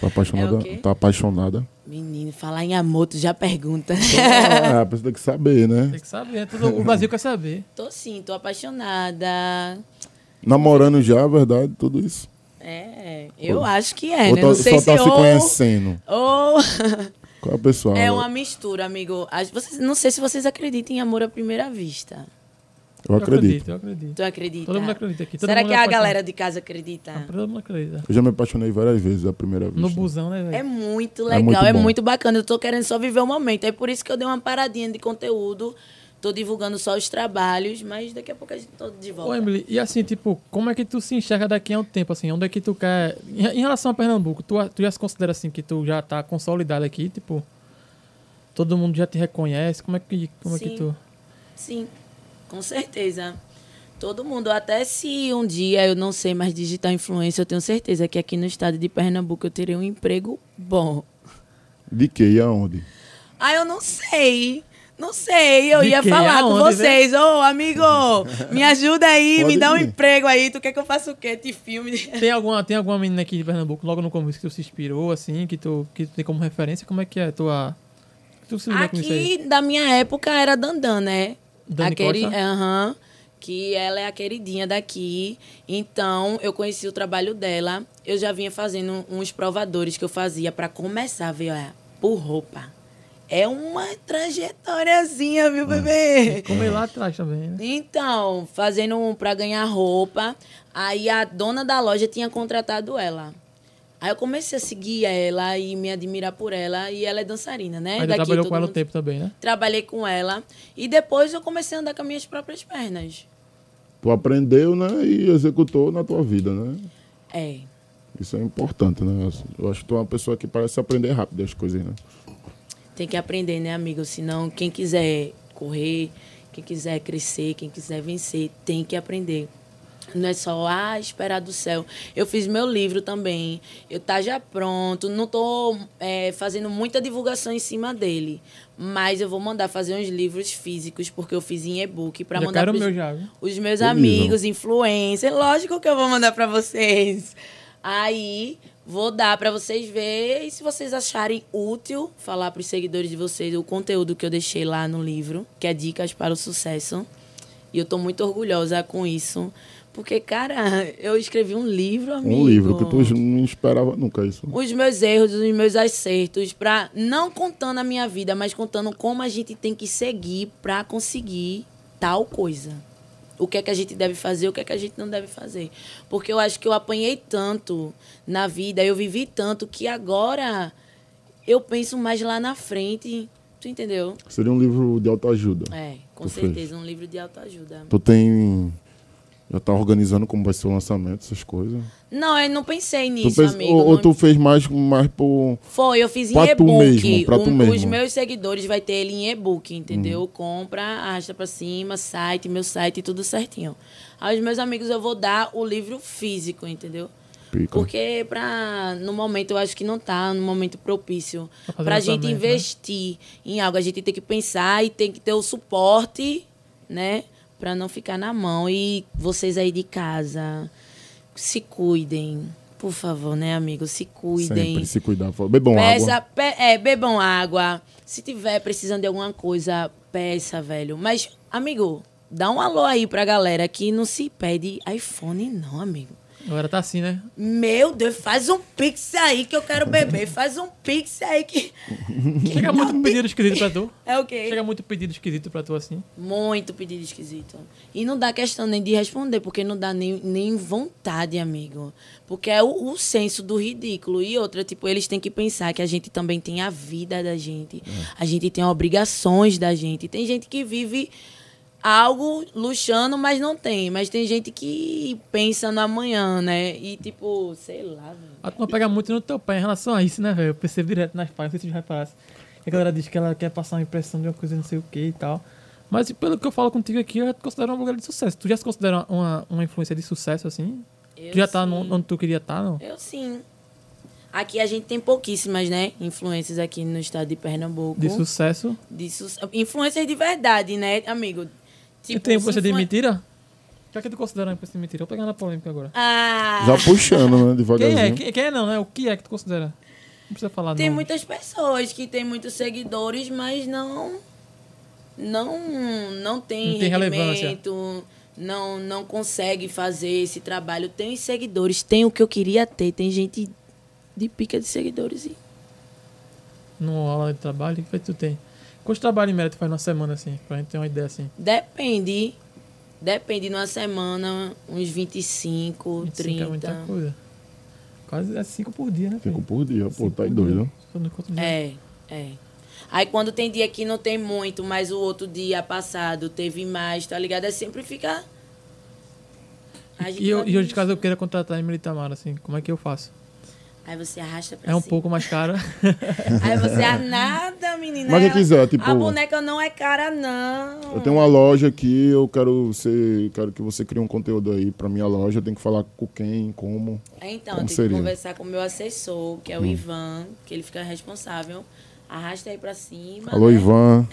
A: Tá apaixonada?
C: É o quê?
A: tá apaixonada?
C: Menino, falar em amor, tu já pergunta.
A: Ah, a pessoa tem que saber, né?
B: Tem que saber, é tudo- o Brasil quer saber.
C: tô sim, tô apaixonada.
A: Namorando já, é verdade, tudo isso.
C: É, eu acho que é,
A: Ou
C: né?
A: tá-
C: não sei
A: só
C: se
A: tá se
C: ou-
A: conhecendo.
C: ou-
A: Qual é a pessoa?
C: é uma mistura, amigo. As- vocês- não sei se vocês acreditam em amor à primeira vista.
A: Eu acredito.
B: Eu acredito.
C: Tu acredita?
B: Todo mundo acredita aqui. todo
C: Será
B: mundo
C: que
B: é
C: a
B: apaixonado.
C: galera de casa acredita?
B: Todo mundo acredita.
A: Eu já me apaixonei várias vezes a primeira vez.
B: No busão, né, velho?
C: É muito
A: É
C: legal, é
A: muito
C: muito,
A: bom.
C: bacana. Eu tô querendo só viver o momento. É por isso que eu dei uma paradinha de conteúdo. Tô divulgando só os trabalhos, mas daqui a pouco a gente tá de volta.
B: Ô, Emily, e assim, tipo, como é que tu se enxerga daqui a um tempo, assim? Onde é que tu quer... Em em relação a Pernambuco, tu, a- tu já se considera, assim, que tu já tá consolidado aqui, tipo... Todo mundo já te reconhece, como é que, como é que
C: Sim.
B: tu...
C: Sim, com certeza. Todo mundo, até se um dia eu não sei mais digital influência, eu tenho certeza que aqui no estado de Pernambuco eu terei um emprego bom.
A: De que e aonde?
C: Ah, eu não sei. Não sei, eu
B: De
C: ia
B: quê?
C: falar com
B: Aonde, né?
C: vocês. Ô, amigo, me ajuda aí,
A: Pode
C: me dá um
A: ir.
C: emprego aí. Tu quer que eu faça o quê? De filme?
B: Tem alguma, tem alguma menina aqui de Pernambuco, logo no começo, que tu se inspirou, assim, que tu, que tu tem como referência? Como é que é a tua... Tu se liga com isso aí?
C: Aqui, da minha época, era Dandan, né?
B: Dani
C: Aquele,
B: Costa?
C: aham, que ela é a queridinha daqui. Então, eu conheci o trabalho dela. Eu já vinha fazendo uns provadores que eu fazia pra começar, viu? É, por roupa. É uma trajetóriazinha,
B: Ah,
C: viu, bebê?
B: Como é lá atrás também, né?
C: Então, fazendo um pra ganhar roupa. Aí a dona da loja tinha contratado ela. Aí eu comecei a seguir ela e me admirar por ela. E ela é dançarina, né?
B: Aí tu
C: Daqui,
B: trabalhou
C: todo
B: com ela um
C: mundo-
B: tempo também, né?
C: Trabalhei com ela. E depois eu comecei a andar com as minhas próprias pernas.
A: Tu aprendeu, né? E executou na tua vida, né?
C: É.
A: Isso é importante, né? Eu acho que tu é uma pessoa que parece aprender rápido as coisas, né?
C: Tem que aprender, né, amigo? Senão, quem quiser correr, quem quiser crescer, quem quiser vencer, tem que aprender. Não é só, ah, esperar do céu. Eu fiz meu livro também. Eu tá já pronto. Não tô é, fazendo muita divulgação em cima dele. Mas eu vou mandar fazer uns livros físicos, porque eu fiz em e-book, para
B: Já
C: mandar
B: quero o
C: pros-
B: meu já, viu?
C: os meus
A: Beleza.
C: amigos, influencer, lógico que eu vou mandar pra vocês. Aí vou dar pra vocês verem e se vocês acharem útil falar pros seguidores de vocês o conteúdo que eu deixei lá no livro, que é dicas para o sucesso. E eu tô muito orgulhosa com isso, porque cara, eu escrevi um livro, amigo.
A: Um livro que tu não esperava nunca isso.
C: Os meus erros, os meus acertos, pra não contando a minha vida, mas contando como a gente tem que seguir pra conseguir tal coisa. O que é que a gente deve fazer, o que é que a gente não deve fazer. Porque eu acho que eu apanhei tanto na vida, eu vivi tanto que agora eu penso mais lá na frente. Tu entendeu?
A: Seria um livro de autoajuda.
C: É, com
A: Tu fez.
C: certeza, um livro de autoajuda.
A: Tu tem. Já tá organizando como vai ser o lançamento, essas coisas.
C: Não, eu não pensei
A: Tu
C: nisso,
A: fez-
C: amigo.
A: ou, ou
C: não-
A: tu fez mais, mais por.
C: Foi, eu fiz em
A: Pra tu
C: e-book.
A: mesmo, pra tu
C: O- Os
A: mesmo. Uhum.
C: meus seguidores vai ter ele em e-book, entendeu? Compra, arrasta pra cima, site, meu site, tudo certinho. Aos meus amigos eu vou dar o livro físico, entendeu?
A: Pica.
C: Porque pra, no momento eu acho que não tá no momento propício
B: Pra fazer
C: pra gente
B: lançamento, né?
C: investir em algo. A gente tem que pensar e tem que ter o suporte, né? Pra não ficar na mão. E vocês aí de casa, se cuidem. Por favor, né, amigo? Se cuidem.
A: Sempre se cuidar. Fala, Bebam
C: Peça,
A: água.
C: pe- é, bebam água. Se tiver precisando de alguma coisa, peça, velho. Mas, amigo, dá um alô aí pra galera que não se pede iPhone, não, amigo.
B: Agora tá assim, né?
C: Meu Deus, faz um pix aí que eu quero beber. Faz um pix aí que.
B: Chega muito pedido esquisito pra tu.
C: É o quê?
B: Chega muito pedido esquisito pra tu assim.
C: Muito pedido esquisito. E não dá questão nem de responder, porque não dá nem, nem vontade, amigo. Porque é o, o senso do ridículo. E outra, tipo, eles têm que pensar que a gente também tem a vida da gente.
B: É.
C: A gente tem obrigações da gente. Tem gente que vive algo luxando, mas não tem. Mas tem gente que pensa no amanhã, né? E tipo, sei lá, velho.
B: A turma pega muito no teu pé em relação a isso, né, velho? Eu percebo direto nas páginas, não sei se tu já reparasse. Que A galera diz que ela quer passar uma impressão de uma coisa não sei o que e tal. Mas e pelo que eu falo contigo aqui, eu já te considero uma mulher de sucesso. Tu já se considera uma, uma influência de sucesso, assim?
C: Eu
B: tu já tá
C: sim.
B: no- onde tu queria estar, não?
C: Eu sim. Aqui a gente tem pouquíssimas, né? Influências aqui no estado de Pernambuco.
B: De sucesso.
C: de sus- influencers de verdade, né, amigo? Tipo,
B: e tem influência de
C: influen-
B: mentira? O que é que tu considera uma influência de mentira? Eu vou pegar na polêmica agora.
C: Ah,
A: Já puxando, né?
B: Quem é?
A: Devagarzinho.
B: Quem, quem é não, né? O que é que tu considera? Não precisa falar
C: tem
B: nomes.
C: muitas pessoas que têm muitos seguidores, mas não não não tem,
B: Não tem relevância.
C: rendimento, não não consegue fazer esse trabalho. Tem seguidores, tem o que eu queria ter, tem gente de pica de seguidores e
B: Numa aula de trabalho, o que é que tu tem? Quantos trabalhos em média tu faz na semana, assim? Pra gente ter uma ideia, assim.
C: depende depende numa semana uns 25,
B: 25 é muita
C: 30.
B: coisa. Quase é 5 por dia, né?
A: Fico
B: filho?
A: por dia, pô.
B: Cinco
A: Tá
B: por
A: doido.
B: dia. Só no encontro de-
C: É, é. Aí quando tem dia que não tem muito, mas o outro dia passado teve mais, tá ligado? É sempre ficar.
B: E, eu, e hoje,
C: agitadinho.
B: caso eu queira contratar em Militamar, assim, como é que eu faço?
C: Aí você arrasta pra
B: É um
C: cima.
B: pouco mais caro.
C: Aí você ah, nada, menina.
A: Mas quem
C: Ela-
A: quiser, tipo-
C: A boneca não é cara, não.
A: Eu tenho uma loja aqui, eu quero ser. Quero que você crie um conteúdo aí pra minha loja. Eu tenho que falar com quem, como. Como
C: Então, tem que
A: seria? Hum.
C: conversar com o meu assessor, que é o Ivan, que ele fica responsável. Arrasta aí pra cima.
A: Alô,
C: né?
A: Ivan.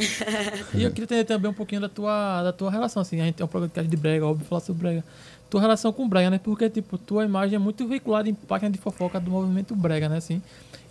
B: e eu queria entender também um pouquinho da tua, da tua relação, assim. A gente tem um podcast de brega, óbvio, falar sobre brega. Tua relação com brega, né? Porque, tipo, tua imagem é muito veiculada em página de fofoca do movimento brega, né? Assim,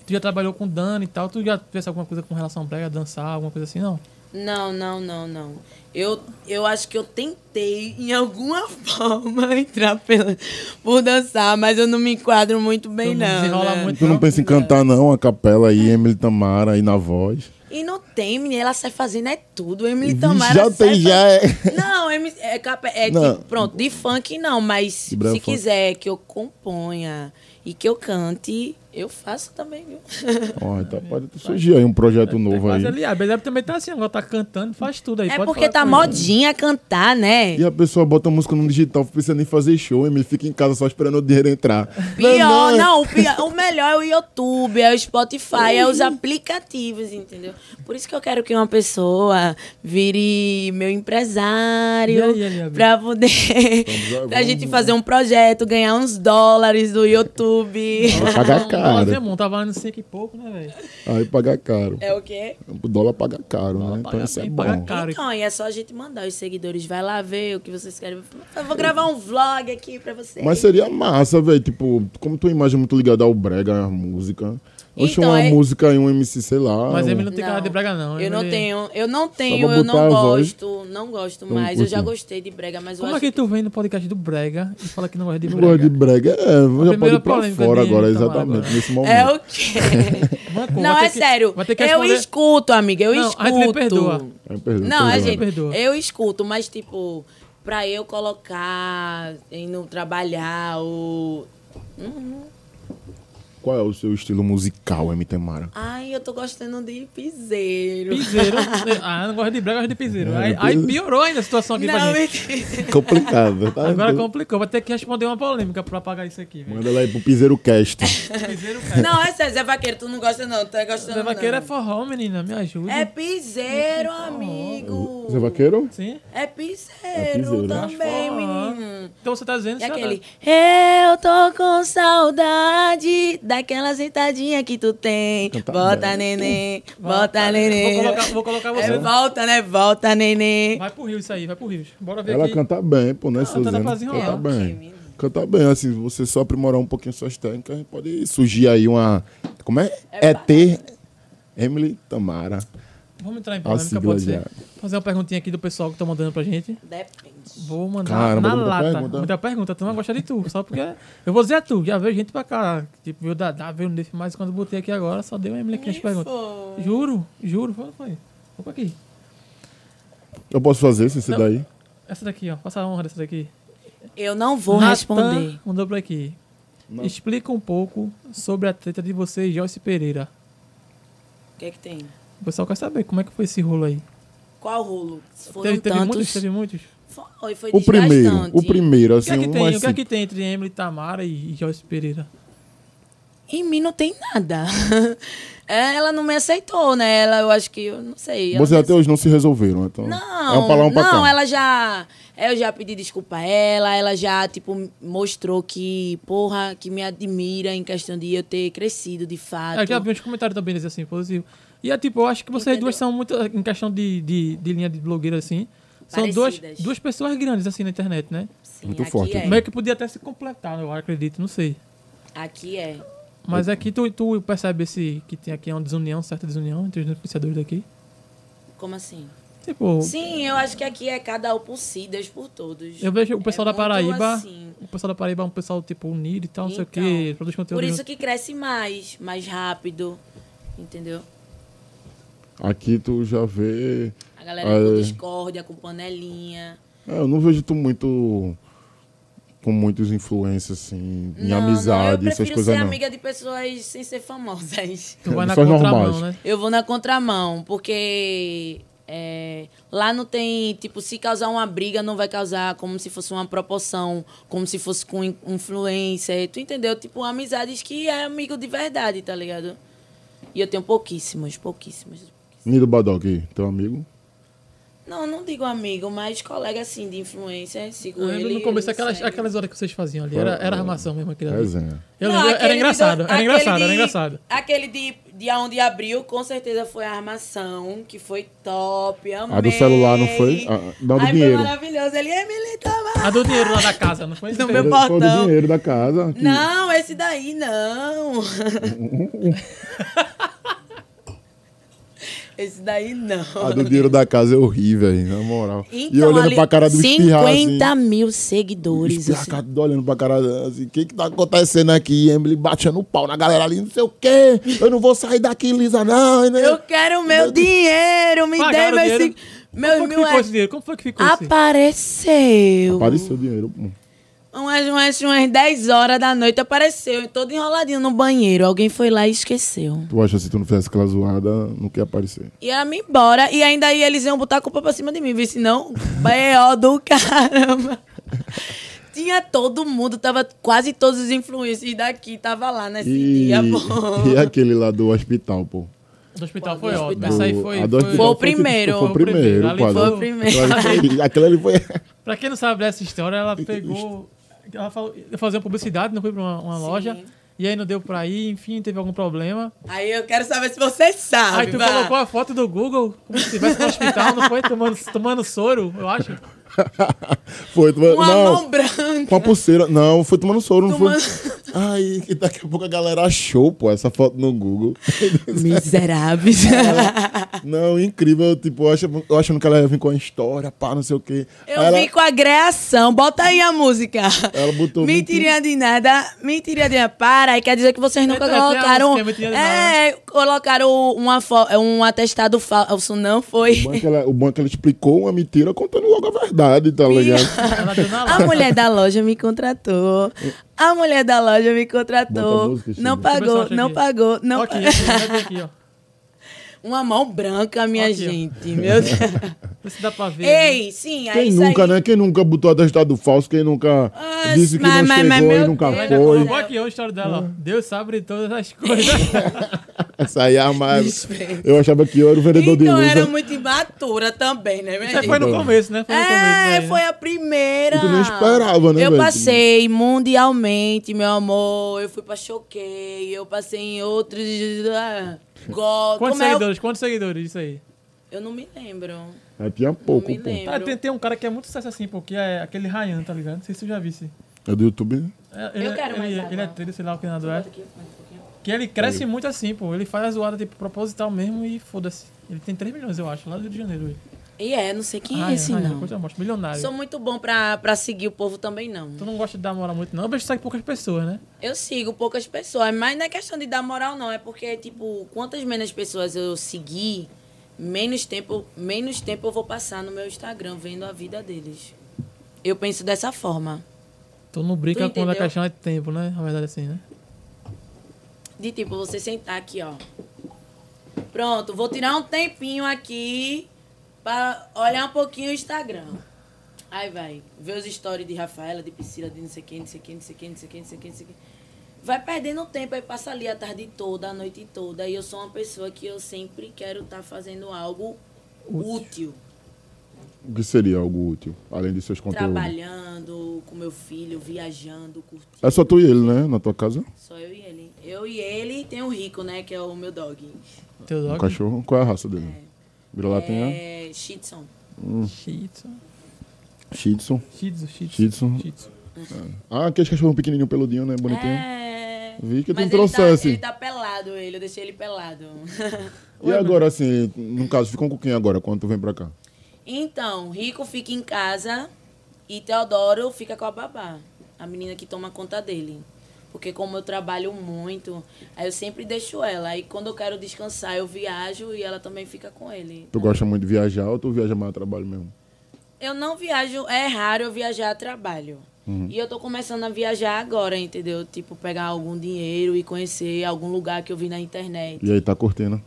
B: tu já trabalhou com Dani e tal. Tu já fez alguma coisa com relação ao brega, dançar, alguma coisa assim, não?
C: Não, não, não, não. Eu, eu acho que eu tentei, em alguma forma, entrar pela, por dançar, mas eu não me enquadro muito bem,
B: Tu não
C: não.
B: Então, desenrola
C: né?
B: muito.
A: Tu não pensa em cantar, não? A capela aí, Emily Tamara aí na voz.
C: E não tem, menina, ela sai fazendo é tudo. Emily Tamara
A: Já
C: sai
A: tem, já é.
C: fazendo- Não, Emily- é, capa- é de-
A: Não.
C: pronto, de funk não, mas
A: De brega
C: se
A: funk.
C: quiser que eu componha e que eu cante, eu faço também, viu?
A: Ó, então pode surgir aí um projeto novo aí.
B: Mas ali, a Beleb também tá assim, agora tá cantando, faz tudo aí.
C: é
B: pode
C: porque
B: falar
C: tá
B: com ela.
C: modinha cantar, né?
A: E a pessoa bota a música no digital, não precisa nem fazer show, Emily fica em casa só esperando o dinheiro entrar.
C: Pior, não, o, pior- o melhor é o YouTube, é o Spotify, é os aplicativos, entendeu? Por isso que eu quero que uma pessoa vire meu
B: E
C: empresário
B: aí, ali, Abi?
C: pra poder
A: Vamos lá,
C: pra gente
A: vamos.
C: fazer um projeto, ganhar uns dólares do YouTube.
A: Vai pagar
B: Fazer,
A: caro.
B: mano, tá valendo cinco e pouco, né, velho?
A: Aí pagar caro.
C: É o quê?
A: O dólar paga caro, né? Então
B: paga
A: isso é
B: bem,
A: bom.
B: paga caro. Cara,
C: Então, e é só a gente mandar os seguidores, vai lá ver o que vocês querem. Eu vou gravar um vlog aqui pra vocês.
A: Mas seria massa, velho. Tipo, como tua imagem é muito ligada ao brega, à música. Oxe,
C: Então,
A: uma
C: é-
A: música e um MC, sei lá.
B: Mas
A: um...
B: ele não tem cara de brega, não.
C: Eu não
B: Emily-
C: tenho, eu não tenho,
A: pra
C: eu não
A: botar a voz.
C: gosto, não gosto mais. Eu
A: curte.
C: já gostei de brega, mas eu
B: Como
C: acho
B: é que tu vem no podcast do brega e fala que não gosta de
A: Não gosta de
B: brega?
A: brega, é, já pode
B: primeira
A: ir pra
B: polêmica
A: fora
B: de
A: agora,
B: Itamar
A: exatamente,
B: agora.
A: nesse momento.
C: É o quê?
B: Mancou,
C: não,
B: vai
C: é
B: ter que-
C: sério.
B: vai ter que
C: Eu
B: responder-
C: escuto, amiga, eu
B: Não, a
C: escuto.
B: gente lhe perdoa.
A: Aí, né? perdão,
C: Não, a
A: perdão.
C: gente,
B: perdoa.
C: eu escuto, mas tipo, pra eu colocar em não trabalhar o
A: Qual é o seu estilo musical, MT Mara?
C: Ai, mãe, eu tô gostando de piseiro.
B: Piseiro. ah, não gosto de brega, gosto de piseiro. Aí, aí piorou ainda a situação aqui pra
C: Não,
B: gente.
C: mentira.
A: Complicado. Tá?
B: Agora complicou. Vou ter que responder uma polêmica pra apagar isso aqui, velho.
A: Manda lá aí pro Piseiro Cast.
B: Piseiro, cara.
C: Não, é sério, Zé Vaqueiro, tu não gosta não, tu tá gostando
B: Zé Vaqueiro é
C: não.
B: forró, menina. Me ajuda.
C: É piseiro, amigo.
A: Zé Vaqueiro?
B: Sim?
C: É piseiro,
B: né?
A: piseiro.
C: também,
B: Forró.
C: menino.
B: Então você tá dizendo
C: E
B: isso,
C: aquele, eu tô com saudade daquela sentadinha que tu tem.
A: Cantar
C: Bota
A: bem.
C: neném, bota neném.
B: né? Vou colocar, vou colocar você.
C: É, volta, né? Volta, neném.
B: Vai pro Rio isso aí, vai pro Rio. Bora ver
A: Ela
B: aqui.
A: canta bem, pô, né,
B: Canta, dá
A: Suzana?
B: pra desenrolar.
A: Canta bem.
C: Menino.
A: Canta bem, assim, você só aprimorar um pouquinho suas técnicas, pode surgir aí uma. Como é? ET Emily Tamara.
B: Vamos entrar em
A: Ó,
B: polêmica,
A: sigla
B: pode
A: já.
B: ser. Fazer uma perguntinha aqui do pessoal que tá mandando pra gente.
C: Depende.
B: Vou mandar
A: Caramba,
B: na
A: muita
B: lata.
A: pergunta. né?
B: Muita pergunta. Tu não gosta de tu, só porque... Eu vou dizer a tu. Já veio gente pra cá. Tipo, veio o Dadá, veio o Nef, mas quando eu botei aqui agora, só deu uma Emily aqui as perguntas.
C: Foi.
B: Juro, juro. Foi, foi. Opa aqui.
A: Eu posso fazer esse esse
B: Não.
A: daí?
B: Essa daqui, ó. Faça a honra dessa daqui.
C: Eu não vou
B: Natan
C: responder.
B: Mandou pra aqui.
A: Não.
B: Explica um pouco sobre a treta de você e Joyce Pereira.
C: O que é que tem?
B: O pessoal quer saber como é que foi esse rolo aí.
C: Qual rolo? Foram
B: Teve, teve
C: tantos.
B: muitos? Teve muitos?
C: Foi, foi
A: O primeiro, o
C: desgastante.
A: primeiro,
B: O que é
A: assim,
B: que
A: um
B: tem, o que é
A: assim,
B: que tem entre Emily Tamara e e Joyce Pereira?
C: Em mim não tem nada. É, ela não me aceitou, né? Ela, eu acho que, eu não sei. ela
A: Vocês
C: me
A: até hoje não se resolveram, então.
C: Não,
A: é um pra lá, um pra
C: não,
A: cá.
C: ela já. Eu já pedi desculpa a ela, ela já, tipo, mostrou que, porra, que me admira em questão de eu ter crescido de fato.
B: É, Eu já vi uns comentários também desse assim, positivo. E é tipo, eu acho que vocês duas
C: Entendeu?
B: são muito, em questão de, de, de linha de blogueira assim, são duas,
C: Parecidas.
B: duas pessoas grandes assim na internet, né?
C: Sim,
A: Muito
C: aqui
A: forte.
C: É.
B: Meio que podia até se completar, eu acredito, não sei.
C: Aqui é.
B: Mas aqui tu, tu percebe esse, que tem aqui uma desunião, certa desunião entre os influenciadores daqui.
C: Como assim?
B: Tipo,
C: Sim, eu acho que aqui é cada um por si, Deus por todos.
B: eu vejo o pessoal da
C: É muito
B: Paraíba,
C: assim.
B: o pessoal da Paraíba é um pessoal tipo unido e tal, não
C: Então,
B: sei o quê, produz conteúdo.
C: Por isso
B: junto.
C: que cresce mais, mais rápido. Entendeu?
A: Aqui tu já vê.
C: A galera
A: Ah,
C: com
A: é.
C: discórdia, com panelinha.
A: É, eu não vejo tu muito com muitos influencers, assim, em
C: Não, não,
A: amizade,
C: eu
A: essas
C: prefiro
A: coisas
C: ser
A: não.
C: amiga de pessoas sem ser famosas.
B: Tu vai na
A: São
B: contramão,
A: normais.
B: né?
C: Eu vou na contramão, porque é, lá não tem, tipo, se causar uma briga, não vai causar como se fosse uma proporção, como se fosse com in- influencer. Tu entendeu? Tipo, amizades que é amigo de verdade, tá ligado? E eu tenho pouquíssimos, pouquíssimos.
A: Nido Badog, teu amigo.
C: Não, não digo amigo, mas colega assim de influencer, sigo
B: Eu lembro
C: ele.
B: no começo
C: ele
B: aquelas,
C: segue.
B: aquelas horas que vocês faziam ali, era, era armação mesmo aquilo ali.
A: Resenha.
B: Eu
C: Não,
B: lembro,
C: aquele
B: era
C: de
B: engraçado,
C: do-
B: era
C: aquele
B: engraçado, era
C: de-
B: engraçado.
C: Aquele de, de onde abriu, com certeza foi a armação, que foi top, amei.
A: A do celular não foi? A- não, do
C: Aí
A: dinheiro.
C: foi maravilhoso, ele é militava.
B: A do dinheiro lá da casa, não foi?
C: No
B: Sim.
C: meu
A: Era todo o
C: portão.
A: dinheiro da casa. que-
C: Não, esse daí não. esse daí não. Então,
A: A do dinheiro da casa eu ri, velho, na moral. e olhando
C: ali,
A: pra cara do
C: 50
A: espirrar, assim.
C: mil seguidores. assim.
A: Espirracado, olhando pra cara assim, o que que tá acontecendo aqui? Emily batendo pau na galera ali, não sei o quê. Eu não vou sair daqui, Lisa, não. né?
C: Eu quero meu dinheiro, me
B: Pagaram
C: dê
B: o
C: meu
B: dinheiro?
C: Meu é-
B: Como foi que ficou
C: mil
B: esse
C: reais.
B: assim? dinheiro? Como foi que ficou esse?
C: Apareceu.
A: Apareceu o dinheiro, pô.
C: Umas, umas, umas 10 horas da noite apareceu, todo enroladinho no banheiro. Alguém foi lá e esqueceu.
A: Tu acha que se tu não fizesse aquela zoada, não quer aparecer.
C: E ela me embora. E ainda aí eles iam botar a culpa pra cima de mim. Viu? Senão, B.O. do caramba. Tinha todo mundo, tava quase todos os influencers daqui, tava lá nesse
A: E,
C: dia, pô.
A: e aquele lá do hospital, pô.
B: Do hospital
C: Do
B: foi ótimo.
C: hospital.
B: Essa aí
A: Do-
B: foi.
A: a do
B: foi...
A: hospital
C: Foi o primeiro.
A: Foi o primeiro,
B: Ali
A: quadro.
B: foi
C: o primeiro.
A: Aquele ali foi...
B: Pra quem não sabe dessa história, ela pegou. Ela falou, ia fazer uma publicidade, não foi pra uma, uma
C: Sim.
B: loja. E aí não deu pra ir, enfim, teve algum problema.
C: Aí eu quero saber se você sabe.
B: Aí tu
C: vá.
B: colocou a foto do Google, como se estivesse no hospital, não foi? Tomando, tomando soro, eu acho.
A: Foi, tu-
C: Uma
A: não,
C: mão branca.
A: com a pulseira. Não, foi tomando soro, não
C: Tomando-
A: foi? Aí, que daqui a pouco a galera achou, pô, essa foto no Google.
C: Miseráveis.
A: Não, incrível. Tipo, eu achando, eu achando que ela ia vir com a história, pá, não sei o quê.
C: Eu
A: Aí ela,
C: vim com a greação. Bota aí a música.
A: Ela botou
C: Mentirinha de nada, mentirinha de para. E quer dizer que vocês nunca
B: Eita, tem a
C: colocaram.
B: música, mentirinha de
C: É, colocaram uma fo- um atestado falso, não
A: O
C: foi?
A: bom, é que ela, o bom é que ela explicou uma mentira contando logo a verdade, tá ligado?
B: Ela deu na
C: A
B: loja.
C: mulher da loja me contratou. A mulher da loja me
A: Bota a
C: contratou.
A: música, Chico.
C: Não pagou,
B: Deixa eu ver se eu acho
C: não
B: aqui.
C: pagou, não
B: Ó aqui,
C: pagou.
B: aqui, aqui, aqui, ó.
C: Uma mão branca, minha
B: Aqui, ó.
C: gente. Meu Deus.
B: Vê se dá pra ver. né?
C: Ei, sim, aí
A: Quem
C: É isso
A: nunca,
C: aí-
A: né? Quem nunca botou atestado falso, quem nunca
C: Ah,
A: disse que
C: mas-
A: não
C: mas- mas
A: chegou e
C: meu
A: nunca
C: Deus.
B: Ela ainda
A: foi.
B: colocou aqui ó, a história dela, ó.
A: Ah.
B: Deus sabe todas as coisas.
A: Essa aí é a mais...
C: Desfeito.
A: Eu achava que eu era o vereador de
C: Então
A: luz.
C: era muito imatura também, né, minha
B: Isso
C: gente?
B: foi no começo, né? Foi no começo.
C: É,
B: aí, né?
C: foi a primeira.
A: E tu nem esperava, né,
C: Eu
A: velho?
C: passei mundialmente, meu amor. Eu fui pra Choquei, eu passei em outros. ah, Gol.
B: Quantos
C: Como é? Eu...
B: seguidores? Quantos seguidores? Isso aí.
C: eu não me lembro.
B: É?
A: Aí É, tinha pouco,
C: Não me
A: pô.
C: lembro.
B: Ah, tem, tem um cara que é muito sucesso assim, porque é aquele Ryan, tá ligado? Não sei se tu já visse.
A: É do YouTube, né?
B: É, ele,
C: Eu quero
B: ele,
C: mais água.
B: ele é trilho, sei lá o que nada é.
C: Aqui, mais um pouquinho.
B: Que ele cresce muito assim, pô. Ele faz a zoada, tipo, proposital mesmo e foda-se. Ele tem 3 milhões, eu acho, lá do Rio de Janeiro. ele.
C: E é, não sei quem é
B: Ryan,
C: esse,
B: Ryan,
C: não.
B: depois eu mostro. Milionário.
C: Sou muito bom pra, pra seguir o povo também, não.
B: Tu não gosta de dar moral muito, não. Eu vejo que segue poucas pessoas, né?
C: Eu sigo poucas pessoas, mas não é questão de dar moral, não. É porque, tipo, quantas menos pessoas eu seguir, menos tempo, menos tempo eu vou passar no meu Instagram vendo a vida deles. Eu penso dessa forma.
B: Tu não brinca
C: Tu
B: com a
C: entendeu?
B: caixão de tempo, né? Na verdade, assim, né?
C: De tipo, você sentar aqui, ó. Pronto, vou tirar um tempinho aqui pra olhar um pouquinho o Instagram. Aí vai, ver os stories de Rafaela, de Priscila, de não sei quem, não sei quem, não sei quem, não sei quem, não sei quem, não sei quem. Vai perdendo tempo, aí passa ali a tarde toda, a noite toda. E eu sou uma pessoa que eu sempre quero estar fazendo algo útil.
A: O que seria algo útil, além de seus conteúdos?
C: Trabalhando com meu filho, viajando, curtindo.
A: É só tu e ele, né? Na tua casa?
C: Só eu e ele. Eu e ele e tem o Rico, né? Que é o meu dog.
B: Teu
A: O
B: dog.
A: cachorro? Qual é a raça dele? Vira-latinha?
C: É, Shih Tzu.
B: Shih Tzu.
A: Shih Tzu.
B: Shih Tzu, Shih Tzu.
A: Shih Tzu.
B: Shih Tzu.
A: Ah, aqueles cachorro pequenininho, peludinho, né? Bonitinho.
C: É.
A: Vi que tu
C: Mas
A: me trouxe
C: ele tá,
A: esse.
C: ele tá pelado, ele. Eu deixei ele pelado.
A: E agora, assim, no caso, ficam com quem agora, quando tu vem pra cá?
C: então, Rico fica em casa e Teodoro fica com a babá. A menina que toma conta dele. Porque como eu trabalho muito, aí eu sempre deixo ela. Aí quando eu quero descansar, eu viajo e ela também fica com ele.
A: Tu gosta muito de viajar ou tu viaja mais a trabalho mesmo?
C: Eu não viajo, é raro eu viajar a trabalho.
A: Uhum.
C: E eu tô começando a viajar agora, entendeu? Tipo, pegar algum dinheiro e conhecer algum lugar que eu vi na internet.
A: E aí, tá curtindo?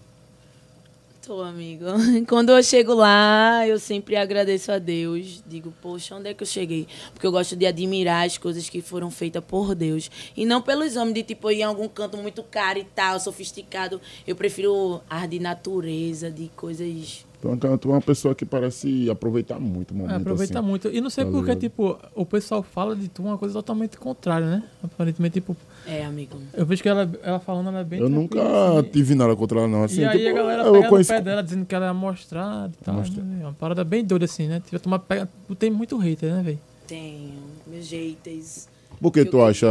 C: Tô, amigo. Quando eu chego lá, eu sempre agradeço a Deus. Digo, poxa, onde é que eu cheguei? Porque eu gosto de admirar as coisas que foram feitas por Deus. E não pelos homens, de tipo, ir em algum canto muito caro e tal, sofisticado. Eu prefiro ar de natureza, de coisas.
A: Tu é uma- tu é uma pessoa que parece aproveitar muito o momento,
B: É, aproveita
A: assim.
B: muito. E não sei
A: Tá
B: porque,
A: ligado?
B: tipo, o pessoal fala de tu uma coisa totalmente contrária, né? Aparentemente, tipo,
C: É, amigo.
B: eu vejo que ela, ela falando, ela é bem.
A: Eu nunca
B: tranquila, assim.
A: tive nada contra ela, não. Assim,
B: e aí
A: tipo,
B: a galera
A: eu
B: pega
A: conheço-
B: no pé dela dizendo que ela é amostrada e tal.
A: Amostrada.
B: né? É Uma parada bem doida assim, né? Tipo, toma pega... Tem muito hater, né, velho?
C: Tenho meus jeitos.
A: Por que
C: Eu
A: tu acha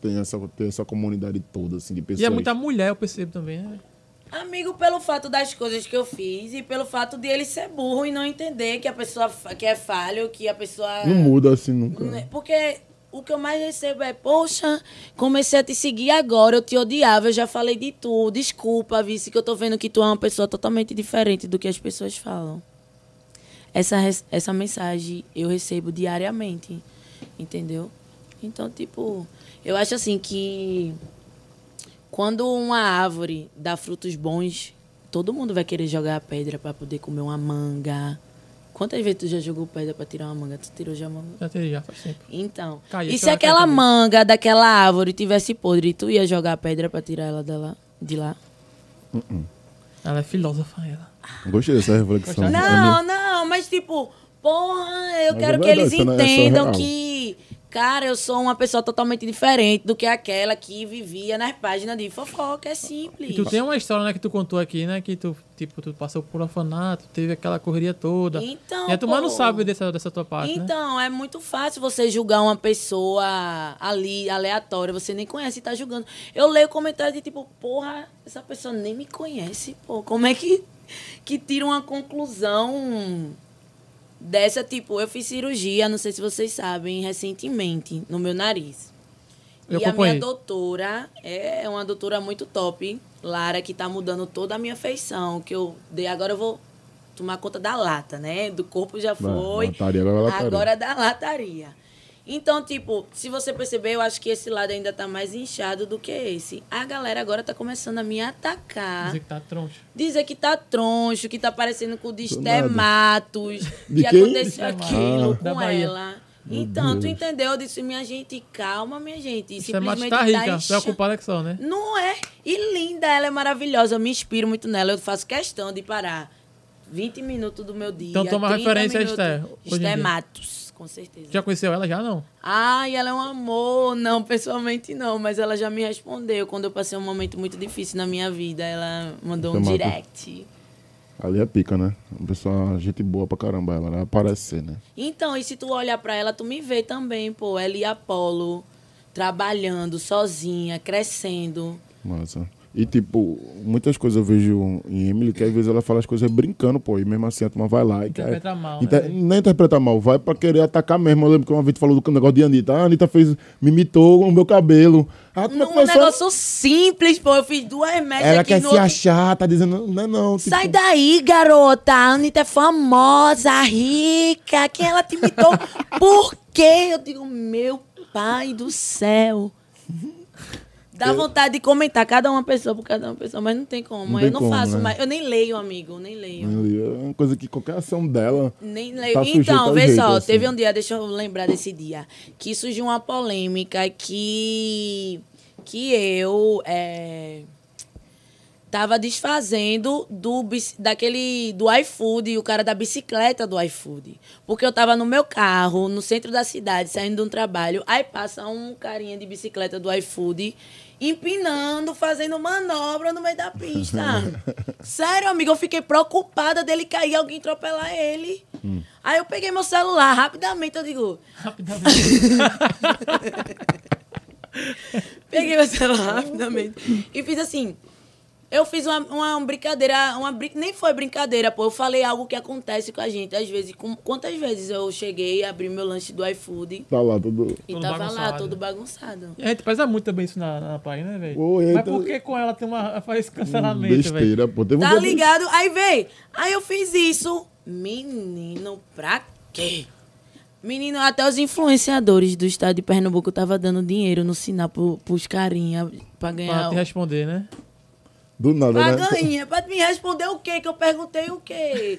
A: tem essa, tem essa comunidade toda, assim, de pessoas?
B: E é muita mulher, eu percebo também, né?
C: Amigo, pelo fato das coisas que eu fiz e pelo fato de ele ser burro e não entender que a pessoa fa- que é falho, que a pessoa.
A: Não muda, assim, nunca.
C: Né? Porque o que eu mais recebo é, poxa, comecei a te seguir agora, eu te odiava, eu já falei de tu, desculpa, vice, que eu tô vendo que tu é uma pessoa totalmente diferente do que as pessoas falam. Essa, res- essa mensagem eu recebo diariamente, entendeu? Então, tipo, eu acho assim que quando uma árvore dá frutos bons, todo mundo vai querer jogar a pedra pra poder comer uma manga. Quantas vezes tu já jogou pedra pra tirar uma manga? Tu tirou já manga?
B: Já teve, já faz tempo.
C: Então,
B: Caiu,
C: e se
B: Tá, senhora
C: aquela
B: caiu também.
C: manga daquela árvore tivesse podre, tu ia jogar a pedra pra tirar ela de lá? De lá?
B: Ela é filósofa, ela.
A: Gostei dessa reflexão. É
C: Não, não, mas tipo, porra, eu
A: Mas é
C: quero que
A: verdade,
C: eles
A: isso não é- isso é
C: entendam
A: real.
C: que, cara, eu sou uma pessoa totalmente diferente do que aquela que vivia nas páginas de fofoca, é simples.
B: E tu tem uma história, né, que tu contou aqui, né? Que tu, tipo, tu passou por orfanato, teve aquela correria toda.
C: Então,
B: E a turma não
C: pô.
B: sabe dessa, dessa tua parte, né?
C: Então, é muito fácil você julgar uma pessoa ali, aleatória, você nem conhece e tá julgando. Eu leio comentário de tipo, porra, essa pessoa nem me conhece, pô. Como é que, que tira uma conclusão dessa? Tipo, eu fiz cirurgia, não sei se vocês sabem, recentemente, no meu nariz.
B: Eu
C: e a
B: acompanhei.
C: minha doutora é uma doutora muito top, Lara, que tá mudando toda a minha feição. Que eu dei agora eu vou tomar conta da lata, né? Do corpo já
A: Vai,
C: foi.
A: lataria, agora é lataria.
C: agora da lataria. Então, tipo, se você perceber, eu acho que esse lado ainda tá mais inchado do que esse. A galera agora tá começando a me atacar.
B: Dizer que tá troncho.
C: Dizer que tá troncho, que tá parecendo com o Destematos,
A: De
C: que
A: quem?
C: aconteceu aquilo
B: Da
C: com
B: Bahia.
C: ela. Então, tu entendeu? Eu disse, minha gente, calma, minha gente.
B: Você
C: Simplesmente
B: tá rica.
C: tá
B: Tá
C: incha-
B: Preocupada que só, né?
C: Não é? E linda, ela é maravilhosa. Eu me inspiro muito nela. Eu faço questão de parar 20 minutos do meu dia.
B: Então toma
C: 30
B: referência a
C: minutos.
B: Esther, hoje em
C: Esther
B: dia.
C: Matos, com certeza.
B: Já conheceu ela já, não?
C: Ai, ela é um amor. Não, pessoalmente não, mas ela já me respondeu quando eu passei um momento muito difícil na minha vida. Ela mandou um
A: Esther Matos.
C: direct.
A: Ali é pica, né? Uma pessoa, gente boa pra caramba, ela, né? Parece ser, né?
C: Então, e se tu olhar pra ela, tu me vê também, pô. Ela e Apolo trabalhando, sozinha, crescendo.
A: Massa. E, tipo, muitas coisas eu vejo em Emily que às vezes ela fala as coisas brincando, pô, e mesmo assim a turma vai lá e quer-
B: Interpreta mal,
A: Inter-
B: né?
A: Nem interpreta mal, vai pra querer atacar mesmo. Eu lembro que uma vez tu falou do negócio de Anitta. Ah, A Anitta fez, me imitou o meu cabelo. Ah, como é
C: Num
A: que começou?
C: negócio simples, pô. Eu fiz duas médias
A: Ela
C: aqui
A: quer
C: no
A: se
C: outro-
A: achar, tá dizendo, não, não. tipo,
C: Sai daí, garota. A Anitta é famosa, rica. Quem ela te imitou? Por quê? Eu digo, meu pai do céu. Dá vontade de comentar cada uma pessoa por cada uma pessoa, mas não tem como.
A: Não
C: eu
A: tem
C: não
A: como,
C: faço
A: né?
C: mais. Eu nem leio, amigo. Nem leio.
A: É uma coisa que qualquer ação dela.
C: Nem leio.
A: Tá sujeito
C: então,
A: ao
C: vê
A: jeito,
C: só,
A: assim.
C: teve um dia, deixa eu lembrar desse dia, que surgiu uma polêmica que, que eu é, tava desfazendo do, bis- daquele, do iFood, o cara da bicicleta do iFood. Porque eu tava no meu carro, no centro da cidade, saindo de um trabalho, aí passa um carinha de bicicleta do iFood, empinando, fazendo manobra no meio da pista. Sério, amigo, eu fiquei preocupada dele cair, alguém atropelar ele. Aí eu peguei meu celular rapidamente, eu digo,
B: Rapidamente.
C: peguei meu celular rapidamente e fiz assim. Eu fiz uma, uma brincadeira, uma brin- nem foi brincadeira, pô. Eu falei algo que acontece com a gente. Às vezes, com- quantas vezes eu cheguei, abri meu lanche do iFood
A: Tá lá, tudo.
C: e
B: Todo
C: tava lá,
B: bagunçado.
C: todo bagunçado.
B: E a gente pesa muito também isso na, na praia, né, velho?
A: Ô,
B: Mas
A: eita.
B: por que com ela tem uma, faz esse cancelamento, velho?
A: Hum, Besteira, pô. Teve um
C: Tá
A: dia desse-
C: ligado? Aí veio. Aí eu fiz isso. Menino, pra quê? Menino, até os influenciadores do estado de Pernambuco tava dando dinheiro no sinal pro, pros carinha pra
B: Pra
C: ganhar.
B: te responder, né?
A: Do nada,
C: Pra
A: né?
C: ganhar, pra me responder o quê? Que eu perguntei o quê?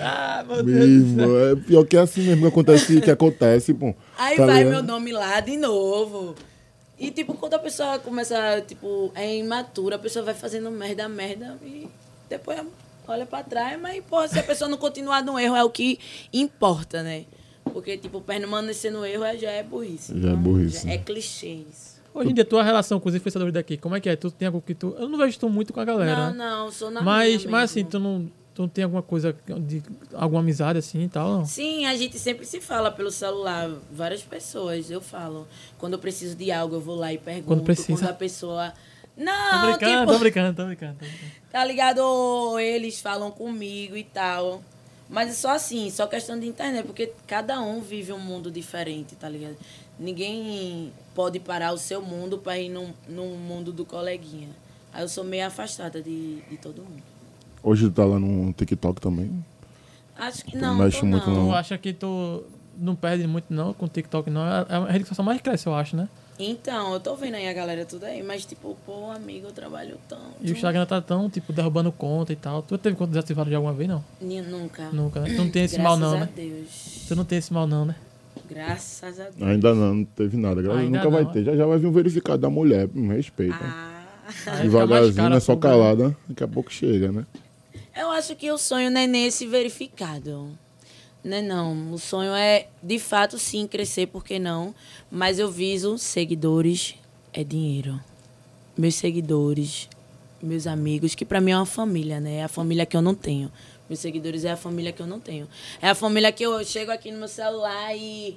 B: Ah, meu
A: Mesmo, é pior que é assim mesmo que acontece, que acontece, pô.
C: Aí
A: Tá
C: vai
A: ligado?
C: meu nome lá de novo. E tipo, quando a pessoa começa, tipo, é imatura, a pessoa vai fazendo merda, merda, e depois olha pra trás, mas, porra, se a pessoa não continuar no erro, é o que importa, né? Porque, tipo, permanecer no erro é- já é burrice.
A: Já é
C: Então,
A: burrice,
C: já É
A: né?
C: clichê isso.
B: Hoje em dia, tua relação com os influenciadores daqui, como é que é? Tu tem algo que tu. Eu não vejo tu muito com a galera.
C: Não,
B: né?
C: não, sou na minha
B: Mas,
C: mesmo.
B: mas assim, tu não, tu não tem alguma coisa, de, alguma amizade assim e tal, não?
C: Sim, a gente sempre se fala pelo celular. Várias pessoas, eu falo. Quando eu preciso de algo, eu vou lá e pergunto.
B: precisa.
C: Quando a pessoa...
B: Tô
C: Não,
B: brincando,
C: tipo...
B: tô brincando, tô brincando, tô brincando.
C: Tá ligado? Eles falam comigo e tal. Mas é só assim, só questão de internet, porque cada um vive um mundo diferente, tá ligado? Ninguém pode parar o seu mundo pra ir num, num mundo do coleguinha. Aí eu sou meio afastada de, de todo mundo.
A: Hoje tá lá no TikTok também.
C: Acho que
A: Tu
C: não,
A: mexe
C: tô
A: muito
C: não.
B: Tu
A: no-
B: acha que tu não perde muito não com o TikTok, não? É a rede social mais cresce, eu acho, né?
C: Então, eu tô vendo aí a galera tudo aí, mas tipo, pô, amigo, eu trabalho tanto.
B: E o Instagram tá tão, tipo, derrubando conta e tal. Tu teve conta desativada de alguma vez, não?
C: Ni- Nunca.
B: Nunca, né? Tu não tem esse
C: Ah, Graças
B: mal não,
C: a
B: né?
C: Deus.
B: Tu não tem esse mal não, né?
C: Graças a Deus.
A: Ainda não, não teve nada. graças a Deus,
B: Ainda
A: nunca vai
B: não.
A: ter. Já já vai vir um verificado da mulher, hum, respeita.
C: Ah.
B: Aí fica mais
A: Devagarzinho,
B: cara
A: é só
B: a fuga, né?
A: calada. Daqui a pouco chega, né?
C: Eu acho que o sonho não é nesse verificado. Não é não. O sonho é, de fato, sim, crescer, por que não? Mas eu viso seguidores é dinheiro. Meus seguidores, meus amigos, que pra mim é uma família, né? É a família que eu não tenho. Meus seguidores é a família que eu não tenho. É a família que eu chego aqui no meu celular e.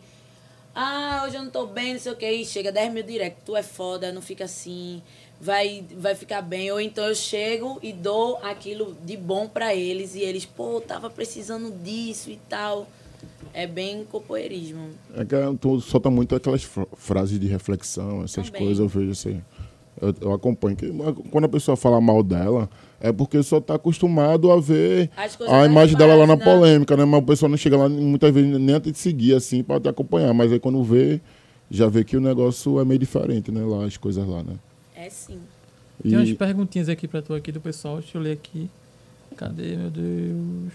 C: Ah, hoje eu não tô bem, não sei o que. E chega 10 mil direct. Tu é foda, não fica assim. Vai, vai ficar bem. Ou então eu chego e dou aquilo de bom pra eles. E eles, pô, tava precisando disso e tal. É bem companheirismo.
A: É que tu solta muito aquelas fra- frases de reflexão, essas
C: Também.
A: coisas, eu vejo assim. Eu, eu acompanho. Que, quando a pessoa fala mal dela, é porque só está acostumado a ver
C: As coisas
A: a
C: mais
A: imagem dela lá na
C: fáceis, né?
A: polêmica, né? Mas o pessoal não chega lá muitas vezes nem até te seguir, assim, para te acompanhar. Mas aí quando vê, já vê que o negócio é meio diferente, né? Lá, as coisas lá, né?
C: É sim.
A: E-
B: Tem umas perguntinhas aqui pra tu aqui do pessoal. Deixa eu ler aqui. Cadê, meu Deus?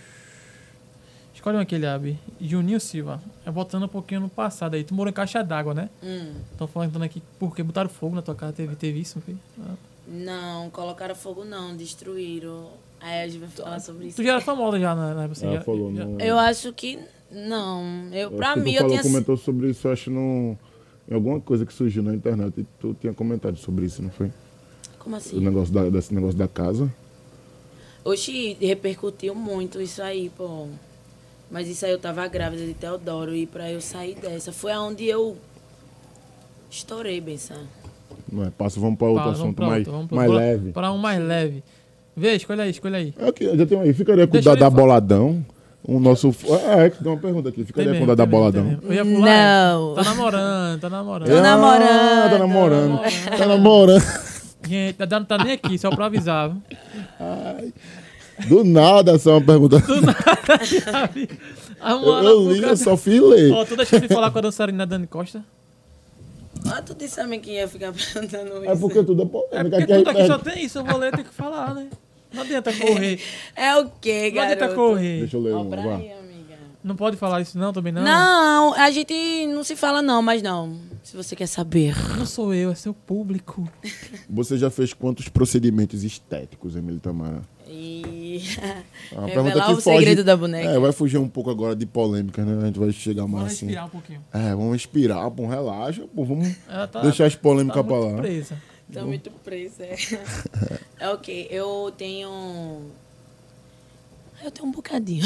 B: Escolhe um aquele, Abi. Juninho Silva. É voltando um pouquinho no passado aí. Tu morou em caixa d'água, né?
C: Hum.
B: Estão falando aqui porque botaram fogo na tua casa. Teve, teve isso, não foi? Ah.
C: Não, colocaram fogo não, destruíram. Aí a gente vai falar sobre isso.
B: Tu já era famosa já na, na época. assim,
A: Ela
B: já-
A: Ah, falou,
B: já-
A: não-
C: Eu acho que não. Eu, pra
A: acho que
C: mim,
A: tu
C: eu
A: falou,
C: tinha...
A: comentou sobre isso, acho, no, em alguma coisa que surgiu na internet. E tu tinha comentado sobre isso, não foi?
C: Como
A: O
C: assim?
A: negócio da, desse negócio da casa.
C: Oxi, repercutiu muito isso aí, pô. Mas isso aí eu tava grávida de Teodoro e pra eu sair dessa. Foi aonde eu estourei, benção.
A: Não é? Passa, vamos para outro
B: Tá,
A: assunto
B: pra
A: mais,
B: outro, vamos pra-
A: mais
B: pra-
A: leve.
B: Pra um mais leve. Vê, escolha aí, escolha aí.
A: Aqui, eu já tenho aí. Ficaria com o
B: Deixa eu
A: Dadá
B: lhe fa-
A: Boladão. O nosso. Ah, é, que tem uma pergunta aqui. Ficaria
B: Tem
A: com o
B: mesmo,
A: Dadá
B: tem mesmo, tem
A: Boladão.
B: mesmo. Eu ia pular.
C: Não.
B: Tá namorando, tá namorando.
A: Ah,
C: namorando.
A: Tá namorando. Tá namorando.
B: Gente, tá, não tá nem aqui, só pra avisar. viu?
A: Do nada, essa é uma pergunta.
B: Ah,
A: Eu,
B: mano,
A: eu li,
B: o
A: eu
B: cara-
A: só fui ler.
B: Ó, tu deixou de falar com a dançarina Dani Costa?
C: Ah, tu disse a mim que ia ficar perguntando isso.
A: É porque tudo é
B: É
A: polêmica.
B: porque
A: a
B: tudo aqui
A: gente-
B: só tem isso, eu vou ler, tem que falar, né? Não adianta correr.
C: É o quê,
B: Não adianta
C: garoto?
B: correr.
A: Deixa eu ler
C: Ó,
A: um.
C: pra
A: Vá.
C: aí, amiga.
B: Não pode falar isso não, também não.
C: Não, a gente não se fala não, mas não. Se você quer saber.
B: Não sou eu, é seu público.
A: Você já fez quantos procedimentos estéticos, Emílio Tamara?
C: E...
A: Ah,
C: Revelar o segredo da boneca.
A: É, vai fugir um pouco agora de polêmica, né? A gente vai chegar mais
B: Vamos
A: assim.
B: respirar um pouquinho.
A: É, vamos respirar, pô, relaxa, pô, vamos
C: É,
B: Ela tá,
A: deixar as
B: tá
A: polêmicas pra
B: muito
A: lá.
B: presa.
C: Tô muito presa. é. é ok, eu tenho. Eu tenho um bocadinho.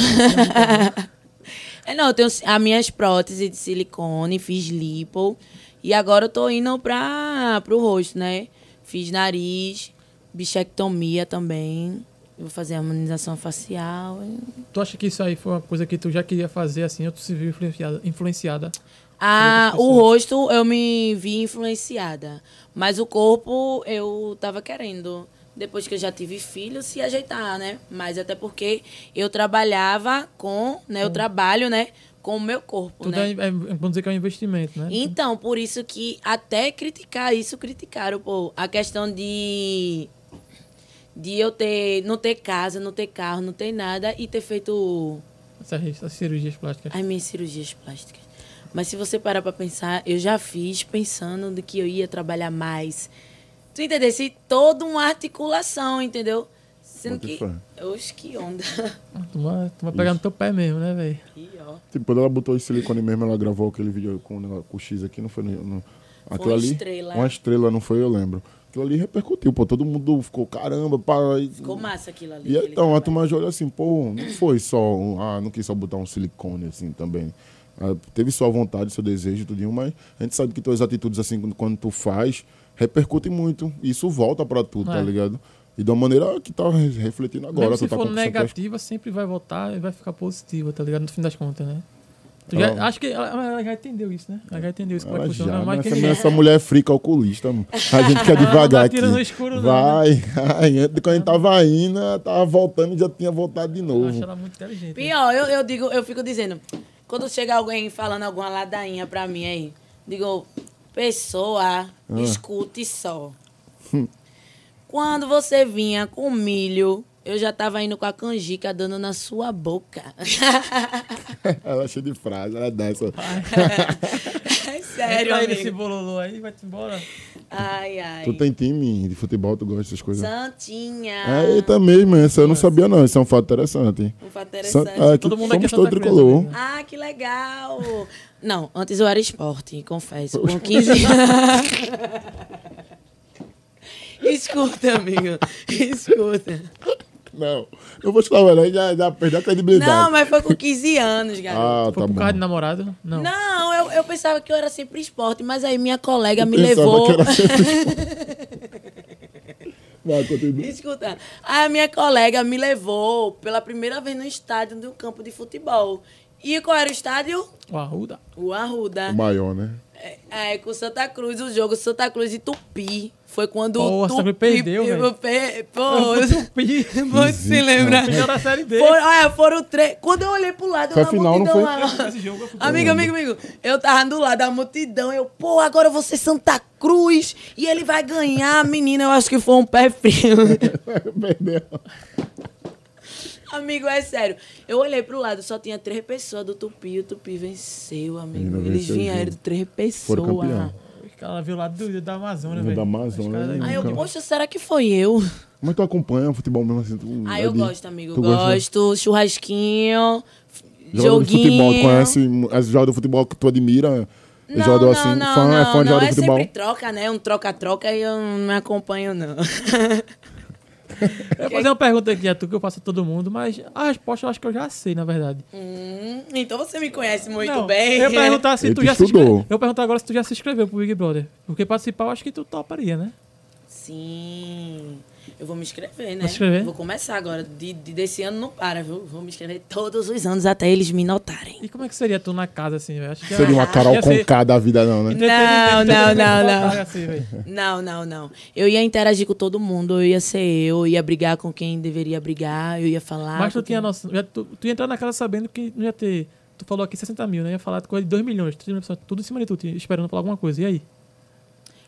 C: é, não, eu tenho as minhas próteses de silicone, fiz lipo. E agora eu tô indo pra, pro rosto, né? Fiz nariz, bichectomia também. Eu Vou fazer harmonização facial.
B: Tu acha que isso aí foi uma coisa que tu já queria fazer assim, ou tu se viu influenciada? influenciada?
C: Ah,
B: Outras
C: o
B: pessoas.
C: rosto eu me vi influenciada. Mas o corpo eu tava querendo. Depois que eu já tive filho, se ajeitar, né? Mas até porque eu trabalhava com, né? Eu trabalho, né? Com o meu corpo,
B: Tudo
C: né?
B: é, é- vamos dizer que é um investimento, né?
C: Então, por isso que até criticar isso, criticaram, pô. A questão de. De eu ter. Não ter casa, não ter carro, não ter nada e ter feito
B: Essas, essas cirurgias plásticas.
C: as minhas cirurgias plásticas. Mas se você parar pra pensar, eu já fiz pensando de que eu ia trabalhar mais. Tu entendesse? Toda uma articulação, entendeu? Sendo
A: Bota
C: que.
A: fé.
C: Oxe, que onda.
B: Tu vai, tu vai pegar no teu pé mesmo, né, velho?
C: Ih, ó.
A: Tipo, quando ela botou esse silicone mesmo, ela gravou aquele vídeo com, o negócio- com o X aqui, não foi? no- no- aquilo
C: uma
A: ali,
C: estrela.
A: Uma estrela, não foi? Eu lembro. Aquilo ali repercutiu, pô, todo mundo ficou, caramba, pá. e-
C: Ficou massa aquilo ali.
A: Hum. E
C: aquele
A: então, a
C: trabalho.
A: turma já olha assim, pô, não foi só, um- ah, não quis só botar um silicone assim também. Ah, teve sua vontade, seu desejo, tudinho, mas a gente sabe que tuas atitudes assim, quando, quando tu faz, repercute muito. E isso volta pra tu, tá
B: É.
A: ligado? E da maneira que tá re- refletindo agora.
B: Mesmo se
A: tu tá
B: for
A: conquistando tuas-
B: negativa, sempre vai voltar e vai ficar positiva, tá ligado? No fim das contas, né? Tu
A: Ela-
B: já, acho que ela, ela já entendeu isso, né? Ela já entendeu isso, como é
A: Ela
B: que funciona.
A: já,
B: mas
A: né?
B: quem
A: essa, mulher- essa mulher é fria calculista, mano. A gente quer
B: não
A: devagar
B: tá
A: aqui.
B: tirando no escuro, não,
A: vai, vai. Antes de quando a gente tava indo, ela tava voltando e já tinha voltado de
B: Eu acho
A: novo.
B: ela muito inteligente. né?
C: Pior, eu, eu digo, eu fico dizendo, quando chega alguém falando alguma ladainha pra mim aí, digo, pessoa,
A: Ah."
C: escute só. quando você vinha com milho, eu já tava indo com a canjica dando na sua boca.
A: Ela é cheia de frase, ela dá essa.
C: É sério,
B: Entra aí nesse
C: amigo.
B: bololô aí, vai-te embora.
A: Tá
C: Ai, ai.
A: Tu tem time de futebol, tu gosta dessas coisas?
C: Santinha.
A: É, Eita mesmo, essa eu não sabia não, isso é um fato interessante. hein?
C: Um fato
A: San-
C: interessante.
A: ah, que
B: Todo mundo aqui é
A: somos todos
B: Santa Cruz,
A: tricolor.
B: amigo.
C: Ah, que legal! Não, antes eu era esporte, confesso. Com 15 anos. Escuta, amigo. Escuta.
A: Não, eu vou te falar, né? já, já perdi a credibilidade.
C: Não, mas foi com 15 anos, garoto.
A: Ah,
B: Foi
A: tá
B: por causa de
A: bom.
B: namorado?
A: Ah.
B: Não.
C: Não, eu, eu pensava que eu era sempre esporte, mas aí minha colega me
A: Pensava
C: levou.
A: que era sempre- Vai, continua.
C: Escuta, a minha colega me levou pela primeira vez no estádio do campo de futebol. E qual era o estádio?
B: O Arruda.
C: O Arruda.
A: O maior, né?
C: É, é, com Santa Cruz, o jogo Santa Cruz e Tupi. foi quando
B: Porra, você me perdeu, velho.
C: eu per- Pô, você se
A: Zica.
C: lembra?
B: Melhor da série dele.
C: Foram, olha, foram três. Quando eu olhei pro lado,
A: Foi
C: eu na
A: final, não
C: multidão
A: foi?
C: lá.
B: Esse jogo é futebol.
C: Amigo, amigo, amigo. Eu tava do lado da multidão. Eu, pô, agora eu vou ser Santa Cruz. E ele vai ganhar, menina. Eu acho que foi um pé frio.
A: Perdeu.
C: amigo, é sério. Eu olhei pro lado, só tinha três pessoas do Tupi. O Tupi venceu, amigo.
A: Menina,
C: Eles
A: venceu o
C: vieram
A: jogo.
C: três
A: Foram
C: pessoas.
A: campeão.
B: Ela viu lá do, da Amazônia,
A: Da
B: velho.
A: Amazônia,
B: Os caras
A: né?
B: aí-
C: Aí eu,
A: Campeão.
C: poxa, será que foi eu?
A: Mas tu acompanha o futebol mesmo assim? Tu,
C: Aí Ah, eu
A: ali-
C: gosto, amigo.
A: tu gosta?
C: Gosto, churrasquinho, f-
A: Jogador de
C: joguinho.
A: futebol, tu conhece as jogadoras de futebol que tu admira?
C: Não,
A: jogador
C: não,
A: assim,
C: não,
A: fã, é
C: não,
A: fã de
C: não,
A: jogador
C: é
A: de futebol?
C: sempre troca, né? Um troca-troca e eu não me acompanho, não.
B: Eu vou fazer uma pergunta aqui, a tu que eu faço a todo mundo, mas a resposta eu acho que eu já sei, na verdade.
C: Hum, então você me conhece muito
B: Não,
C: bem.
B: Eu ia perguntar se
A: Ele
B: tu
A: te
B: já se
A: estudou.
B: inscreveu. Eu ia perguntar agora se tu já se inscreveu pro Big Brother. Porque participar eu acho que tu toparia, né?
C: Sim. Eu vou me inscrever, né?
B: Vai se inscrever?
C: Vou começar agora. De, de- desse ano não para, viu? Vou me inscrever todos os anos até eles me notarem.
B: E como é que seria tu na casa, assim, velho? Acho que
A: Seria uma
C: Ah,
B: acho que
A: Carol
B: ia ser
A: Conká da vida, não, né?
B: entretenimento,
C: Não, não, não,
B: entretenimento
C: não.
B: total, assim, velho.
C: Não, não, não. Eu ia interagir com todo mundo, eu ia ser eu, eu ia brigar com quem deveria brigar, eu ia falar.
B: Mas
C: com
B: tu tinha
C: quem-
B: noção. já tu, tu ia entrar na casa sabendo que não ia ter. Tu falou aqui 60 mil, né? Ia falar coisa de 2 milhões, 3 milhões, de pessoas, tudo em cima de tu, te- esperando falar alguma coisa. E aí?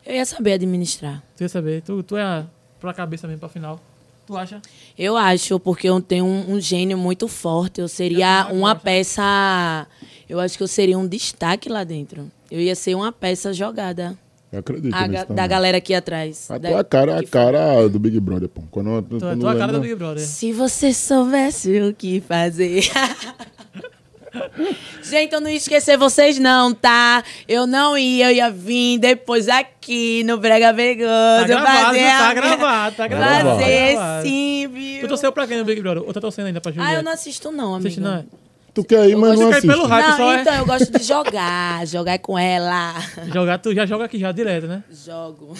C: Eu ia saber administrar.
B: Tu ia saber. Tu, tu é a- pra cabeça mesmo, pra final. Tu acha?
C: Eu acho, porque eu tenho um, um gênio muito forte. Eu seria uma peça. Eu acho que eu seria um destaque lá dentro. Eu ia ser uma peça jogada
A: Eu acredito
C: a ga-
A: nisso
C: da
A: também.
C: galera aqui atrás.
A: né? A
C: Da-
A: tua cara é a cara do Big Brother, pô. Quando, eu-
B: Tu,
A: quando
B: tu é a cara
A: lembra-
B: do Big Brother.
C: Se você soubesse o que fazer. Gente, eu não ia esquecer vocês, não, tá? Eu não ia, eu ia vir depois aqui no Brega Vegoso.
B: Tá gravado,
C: fazer
B: tá
C: a-
B: gravado, tá
A: gravado.
C: Fazer
B: Tá
C: sim, viu?
B: Tu torceu pra quem no Big Brother? Ou tá torcendo ainda pra Juliette?
C: Ah, eu não assisto, não, amigo.
B: Assiste, não.
A: Tu quer ir, mas
C: gosto
A: não
B: de cair
A: assiste.
B: pelo raio. hype
C: Não,
B: só é-
C: então eu gosto de jogar, jogar com ela.
B: Jogar, tu já joga aqui já direto, né?
C: Jogo.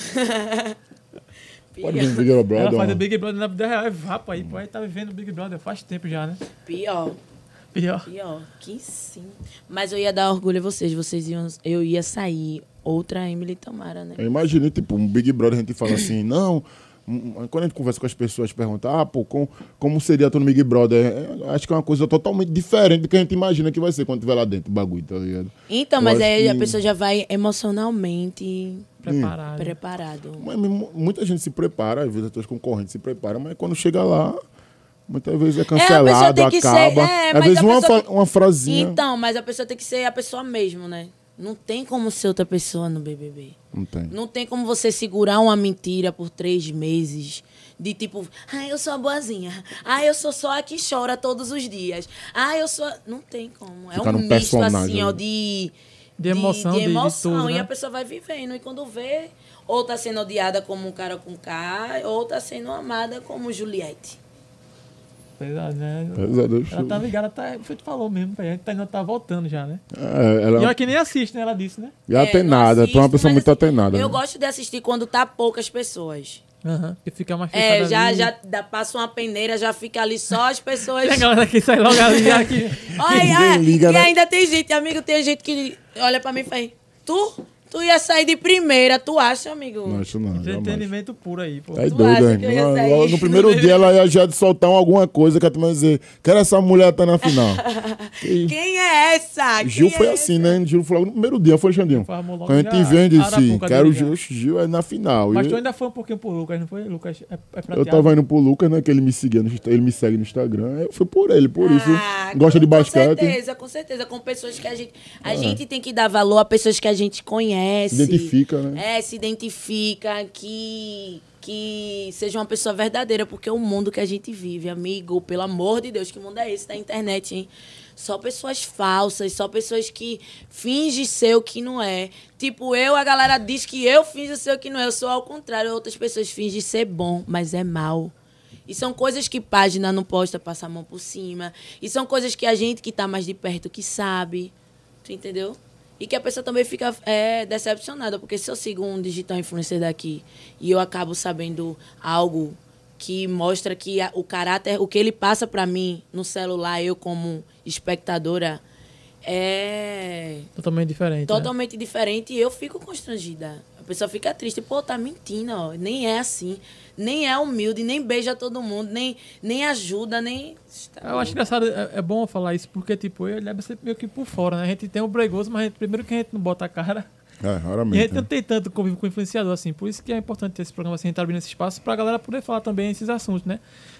A: Pode vir pro Big
B: Ela
A: Brother.
B: faz o
A: mano.
B: Big Brother na vida real, é vapo aí, pô. Aí tá vivendo o Big Brother faz tempo já, né?
C: Pior,
B: Pior.
C: pior, que sim. Mas eu ia dar orgulho a vocês, vocês iam, eu ia sair outra Emily Tamara, né?
A: Eu imaginei, tipo, um Big Brother, a gente fala assim, não. hum, Quando a gente conversa com as pessoas, pergunta, ah, pô, com- como seria tu no Big Brother? É, acho que é uma coisa totalmente diferente do que a gente imagina que vai ser quando tiver lá dentro o bagulho, tá ligado?
C: Então,
A: Eu
C: mas
A: acho
C: aí a
A: que-
C: pessoa já vai emocionalmente
B: Preparado.
C: preparado.
A: Mas mu- muita gente se prepara, às vezes os teus concorrentes se preparam, mas quando chega lá, muitas vezes é
C: pessoa
A: cancelado,
C: tem que ser-
A: acaba.
C: é,
A: às
C: mas
A: vezes
C: a
A: uma,
C: pessoa
A: fa- uma frasinha.
C: Então, mas a pessoa tem que ser a pessoa mesmo, né? Não tem como ser outra pessoa no BBB.
A: Não tem.
C: Não tem como você segurar uma mentira por três meses. De tipo, ah, eu sou a boazinha. Ah, eu sou só a que chora todos os dias. Ah, eu sou. a-" Não tem como. É
A: Fica
C: um
A: num
C: misto
A: personagem,
C: assim, ó,
A: né?
C: de.
B: De emoção, de- de
C: emoção.
B: tudo,
C: e
B: né?
C: a pessoa vai vivendo. E quando vê, ou tá sendo odiada como um cara com K, ou tá sendo amada como Juliette.
B: Pesado, né?
A: Graças a Deus.
B: Ela tá ligada, tá, foi tu falou mesmo, velho. A gente ainda tá voltando já, né?
A: É,
B: E
A: ela
B: olha que nem assiste, né? Ela disse, né?
A: já
C: É,
A: tem
C: não
A: nada, tu é uma
C: assisto,
A: pessoa
C: mas,
A: muito
C: assim,
A: atenada.
C: Eu
A: né?
C: gosto de assistir quando tá poucas pessoas.
B: Aham. Que fica mais
C: É,
B: fechada
C: já,
B: ali.
C: já dá- passa uma peneira, já fica ali só as pessoas.
B: Tem a galera que sai logo ali, aqui.
A: Ninguém
C: Olha, olha,
A: liga,
C: e
A: né?
C: ainda tem gente, amigo, tem gente que olha pra mim e faz, tu? Tu ia sair de primeira, tu acha, amigo?
A: Não acho não. jamais.
B: Entretenimento puro aí, pô.
A: Tá aí
C: Tu acha
A: doido,
C: que eu ia
A: irmão.
C: sair?
A: Logo No primeiro dia ela ia já de soltar alguma coisa que a turma ia dizer, quero essa mulher tá na final. E
C: Quem é essa? Quem
A: Gil foi
C: é
A: assim, né? Gil foi logo no primeiro dia, foi Xandinho.
B: Foi, amor, logo
A: Quando a gente
B: já
A: vem e disse,
B: Arapuca
A: quero o
B: dele já.
A: Gil, Gil é na final.
B: Mas
A: E-
B: tu ainda foi um pouquinho pro Lucas, não foi? Lucas é, é prateado.
A: Eu tava indo pro Lucas, né? Que ele me seguia, no Insta- ele me segue no Instagram. Eu fui por ele, por isso.
C: Ah,
A: Gosta de
C: Com
A: basquete. É.
C: certeza, com certeza. Com pessoas que a gente. A gente tem que dar valor a pessoas que a gente conhece.
A: Identifica, né?
C: É, se identifica, que. Que seja uma pessoa verdadeira, porque é o mundo que a gente vive, amigo. Pelo amor de Deus, que mundo é esse da internet, hein? Só pessoas falsas, só pessoas que fingem ser o que não é. Tipo, eu, a galera diz que eu finjo ser o que não é. Eu sou ao contrário, outras pessoas fingem ser bom, mas é mal. E são coisas que página não posta, passa a mão por cima. E são coisas que a gente que tá mais de perto que sabe. Tu entendeu? E que a pessoa também fica é, decepcionada, porque se eu sigo um digital influencer daqui e eu acabo sabendo algo que mostra que a- o caráter, o que ele passa pra mim no celular, eu como espectadora, é
B: Totalmente diferente. né?
C: totalmente diferente e eu fico constrangida. pessoa fica triste. Pô, tá mentindo, ó. Nem é assim. Nem é humilde, nem beija todo mundo, nem, nem ajuda, nem.
B: Eu acho engraçado, é, é bom falar isso, porque, tipo, eu levo sempre meio que por fora, né? A gente tem o bregoso, mas a gente- primeiro que a gente não bota a cara.
A: É,
B: E a
A: raramente.
B: gente não
A: né?
B: tem tanto convívio com influenciador, assim. Por isso que é importante ter esse programa, assim, a gente tá abrindo esse espaço pra galera poder falar também esses assuntos, né?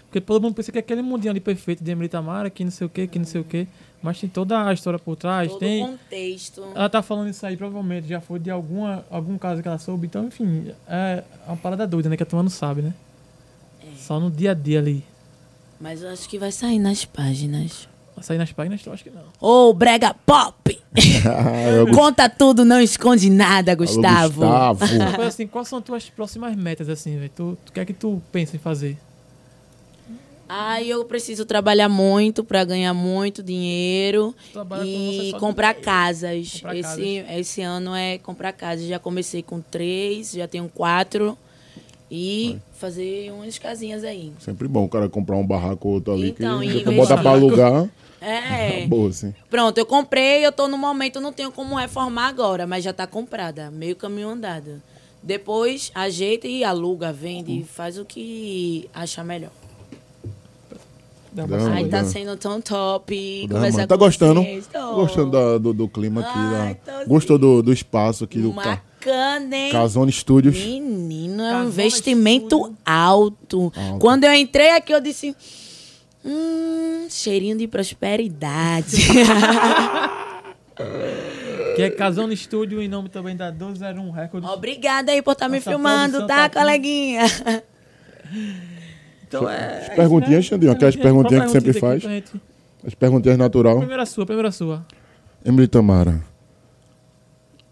B: Porque todo mundo pensa que é aquele mundinho ali perfeito de Emily Tamara, que não sei o quê, que não sei o quê. Mas tem toda a história por trás,
C: Todo
B: tem...
C: contexto.
B: Ela tá falando isso aí, provavelmente já foi de alguma, algum caso que ela soube. Então, enfim, é uma parada doida, né? Que a turma não sabe, né? Só no dia a dia ali.
C: Mas eu acho que vai sair nas páginas.
B: Sair nas páginas, eu acho que não.
C: Ô, Brega Pop!
A: Ah, eu-
C: Conta tudo, não esconde nada,
A: Alô,
C: Gustavo.
A: Gustavo.
B: Mas assim, quais são tuas próximas metas, assim, velho? Tu, tu, o que é que tu pensa em fazer?
C: Ai, eu preciso trabalhar muito pra ganhar muito dinheiro
B: Trabalha com você
C: e
B: só
C: comprar
B: dinheiro.
C: casas.
B: Comprar
C: esse, esse ano é comprar casas. Já comecei com três, já tenho quatro. E fazer umas casinhas aí.
A: Sempre bom o cara comprar um barraco ou outro ali,
C: Então,
A: que
C: e
A: já que
C: investir.
A: botar pra alugar,
C: É.
A: boa, assim.
C: Pronto, eu comprei, eu tô no momento, não tenho como reformar agora, mas já tá comprada, meio caminho andado. Depois ajeita e aluga, vende, faz o que achar melhor.
A: Dá
B: Dá
A: uma
B: uma passada.
C: Aí tá
A: olhada.
C: sendo tão top.
A: Dá,
C: Conversar
A: mano. Tá
C: com
A: gostando?
C: vocês, tô.
A: Gostando da- do, do clima aqui.
C: Ai,
A: da-
C: tô
A: Gostou do, do espaço aqui do ca...
C: Bacana, hein?
A: Casone Studios.
C: Menino, é
B: Casona
C: um investimento
B: estúdio.
C: alto.
A: Alto.
C: Quando eu entrei aqui, eu disse. Hum, cheirinho de prosperidade.
B: Que é Casão no Estúdio, em nome também da 1201 Records.
C: Ah, Obrigada aí por estar me
B: Nossa
C: filmando,
B: produção
C: tá,
B: tá aqui.
C: coleguinha?
B: Então é... As
A: perguntinhas, Xandinho, aquelas perguntinhas que sempre faz. As perguntinhas natural.
B: Primeira sua, primeira sua.
A: Emily Tamara.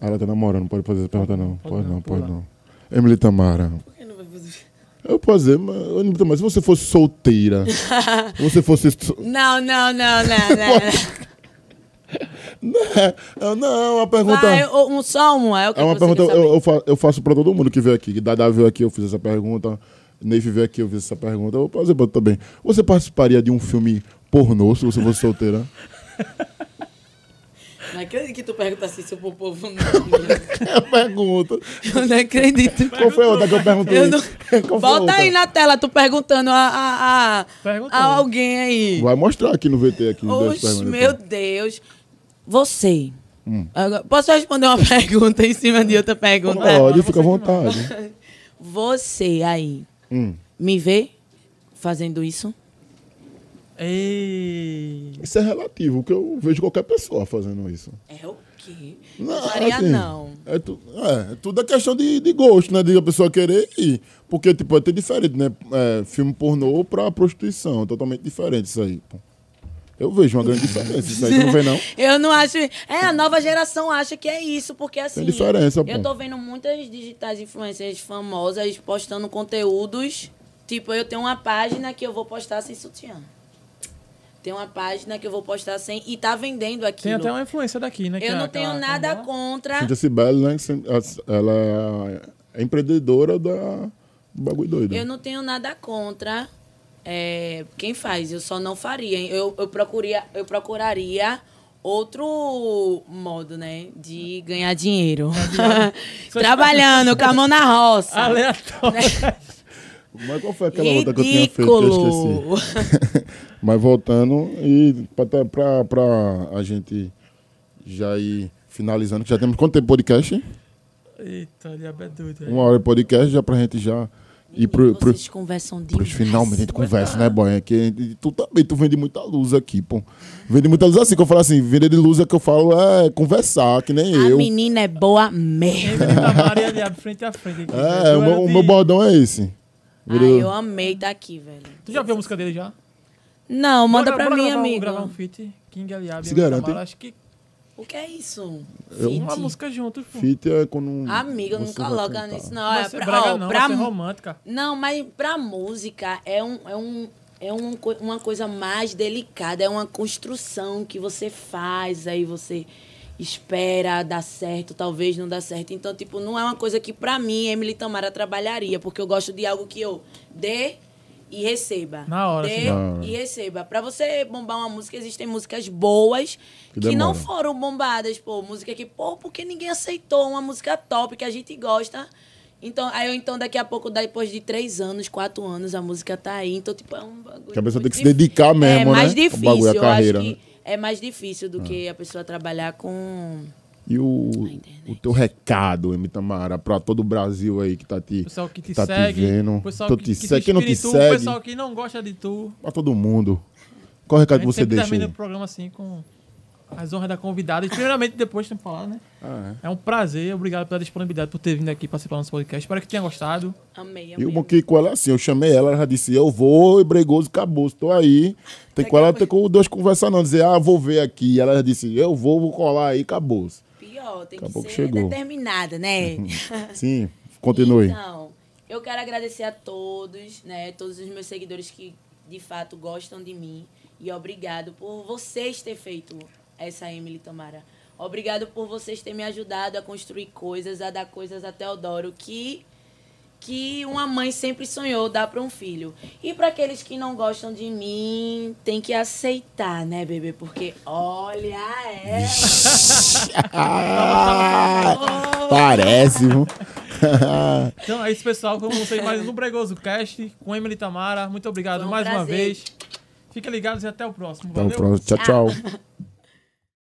A: Ah, ela tá namorando, não pode fazer essa pergunta, não.
B: Pode
A: Pode
B: não,
A: não,
B: pode
A: pode não. Emily Tamara. Eu posso dizer, mas, Emily Tamara, se você fosse solteira, se você fosse. so-
C: Não, não, não, não, não.
A: Não, não, uma pergunta.
C: Vai, o- um só um, é o que
A: É uma
C: você
A: pergunta,
C: quer saber.
A: eu, eu fa- eu faço pra todo mundo que veio aqui. Que Dada veio aqui, eu fiz essa pergunta. Neif veio aqui, eu fiz essa pergunta. Eu vou fazer pra outra também. Você participaria de um filme pornô se você fosse solteira?
C: Não acredito que tu pergunta assim se o povo não.
A: É a pergunta.
C: Eu não acredito.
A: Qual foi a outra que eu perguntei?
C: Eu não-
A: Qual foi a
C: Volta
A: outra?
C: aí na tela, tu perguntando a, a, a-
B: Perguntou.
C: a alguém aí.
A: Vai mostrar aqui no VT aqui. duas
C: Oxe,
A: perguntas.
C: meu Deus. Você.
A: Hum.
C: Agora, posso responder uma pergunta em cima de outra pergunta?
A: Pode, fica à vontade.
C: Você aí,
A: Hum.
C: me vê fazendo isso?
B: Ei...
A: Isso é relativo, porque eu vejo qualquer pessoa fazendo isso.
C: É o quê?
A: Não,
C: faria
A: assim,
C: não.
A: É, tu- é, é tudo é questão de, de gosto, né? De a pessoa querer ir. Porque, tipo, é até diferente, né? É, filme pornô pra prostituição. é Totalmente diferente isso aí. pô. Eu vejo uma grande diferença. Isso aí tu não vê, não?
C: Eu não acho. É, a nova geração acha que é isso, porque assim.
A: Tem diferença, pô.
C: Eu tô vendo muitas digitais influencers famosas postando conteúdos. Tipo, eu tenho uma página que eu vou postar sem sutiã. Tem uma página que eu vou postar sem. E tá vendendo aqui.
B: Tem até uma influência daqui, né? que
C: Eu
B: é
C: não
B: aquela-
C: tenho
B: aquela
C: nada
B: bola.
C: contra.
A: Cintia Sibeli, né? que sem- as- Ela é a empreendedora da, do bagulho doido.
C: Eu não tenho nada contra é, quem faz, eu só não faria. Eu, eu, procuria, eu procuraria outro modo, né? De ganhar dinheiro. Trabalhando com a mão na roça.
B: Aleatório.
C: Né?
A: Mas qual foi aquela outra que eu tinha feito que eu
C: Ridículo.
A: esqueci? Mas voltando, e pra, pra, pra a gente já ir finalizando, que já temos quanto tempo de podcast? hein?
B: Eita, diabetes doido.
A: Uma hora de podcast, já pra gente já ir pro, pro,
C: Vocês conversam
A: pros
C: demais.
A: finalmente, a gente
C: assim,
A: conversa, né, boy? É que a gente- tu também, tu vende muita luz aqui, pô. Vende muita luz assim, que eu falo assim, vender de luz é que eu falo é conversar, que nem
C: A
A: eu.
C: menina é boa mesmo.
B: Emily Tamara e a diabo frente a frente. aqui,
A: É,
B: velho.
A: o meu, o
B: Duelo
A: meu
B: de-
A: bordão é esse.
C: Ai, eu amei estar aqui, velho.
B: Tu já viu a música dele já?
C: Não, manda
B: Bora- bora
C: pra mim,
B: gravar um-
C: amigo.
B: gravar um feat, King Aliab.
A: Se garante, hein?
B: Acho que
C: O que é isso?
A: Eu-
C: Fit?
B: uma música junto, pô.
A: Fita é quando.
C: Amiga, não
A: você vai
C: coloca
A: cantar.
C: nisso, não.
B: Vai
C: É
B: ser
C: pra,
B: braga
C: ó,
B: não,
C: pra
B: vai ser
C: mu-
B: romântica.
C: Não, mas pra música é, um, é, um, é um, co- uma coisa mais delicada, é uma construção que você faz, aí você espera dar certo, talvez não dá certo. Então, tipo, não é uma coisa que pra mim, Emily Tamara, trabalharia, porque eu gosto de algo que eu dê e receba.
B: Na hora,
C: Dê
B: assim.
A: Na hora.
C: e receba. Pra você bombar uma música, existem músicas boas
A: Que
C: que, não
A: demora.
C: foram bombadas, pô. Música que, pô, porque ninguém aceitou. Uma música top que a gente gosta. Então, aí, eu, então, daqui a pouco, depois de três anos, quatro anos, a música tá aí. Então, tipo, é um bagulho.
A: Que a pessoa tem
C: muito
A: que se
C: difí-
A: dedicar
C: É
A: mesmo, né?
C: mais
A: O
C: difícil.
A: bagulho, a
C: eu
A: carreira,
C: acho que
A: né? Ah.
C: é mais difícil do que a pessoa trabalhar com.
A: E o, o teu recado, M. Tamara, pra todo o Brasil aí que tá te,
B: O pessoal que te
A: tá
B: segue,
A: te vendo.
B: o pessoal
A: Tô
B: que,
A: te
B: que
A: segue,
B: se
A: quem não te
B: espiritua,
A: segue,
B: o pessoal que não gosta de tu.
A: pra todo mundo. Qual recado É que
B: gente
A: você
B: sempre
A: deixa
B: termina
A: aí?
B: o programa assim com as honras da convidada. E primeiramente, depois temos falado, né?
A: Ah,
B: É um prazer, obrigado pela disponibilidade por ter vindo aqui participar do nosso podcast. Espero que tenha gostado.
C: Amei,
A: E
C: amei.
A: o bom que com ela é assim, eu chamei ela, ela já disse, eu vou, e bregoso, acabou, estou aí. Tem com ela, tem com dois conversar não, dizer, ah, vou ver aqui. E ela já disse, eu vou, vou colar aí, acabou.
C: Pior, tem
A: Acabou
C: que
A: que
C: ser
A: chegou. Uhum.
C: determinada, né?
A: Sim, continue.
C: Então, eu quero agradecer a todos, né? Todos os meus seguidores que de fato gostam de mim. E obrigado por vocês terem feito essa Emily Tamara. Obrigado por vocês terem me ajudado a construir coisas, a dar coisas a Teodoro que que uma mãe sempre sonhou dar para um filho. E para aqueles que não gostam de mim, tem que aceitar, né, bebê? Porque olha é. ela.
A: Ah, parece, viu?
B: Então é isso, pessoal. Como vocês mais um Bregoso Cast com Emily Tamara. Muito obrigado
C: Foi um
B: mais uma
C: prazer.
B: vez. Fiquem ligados e até o próximo.
A: Até o
B: Valeu.
A: próximo. Então, Tchau, tchau.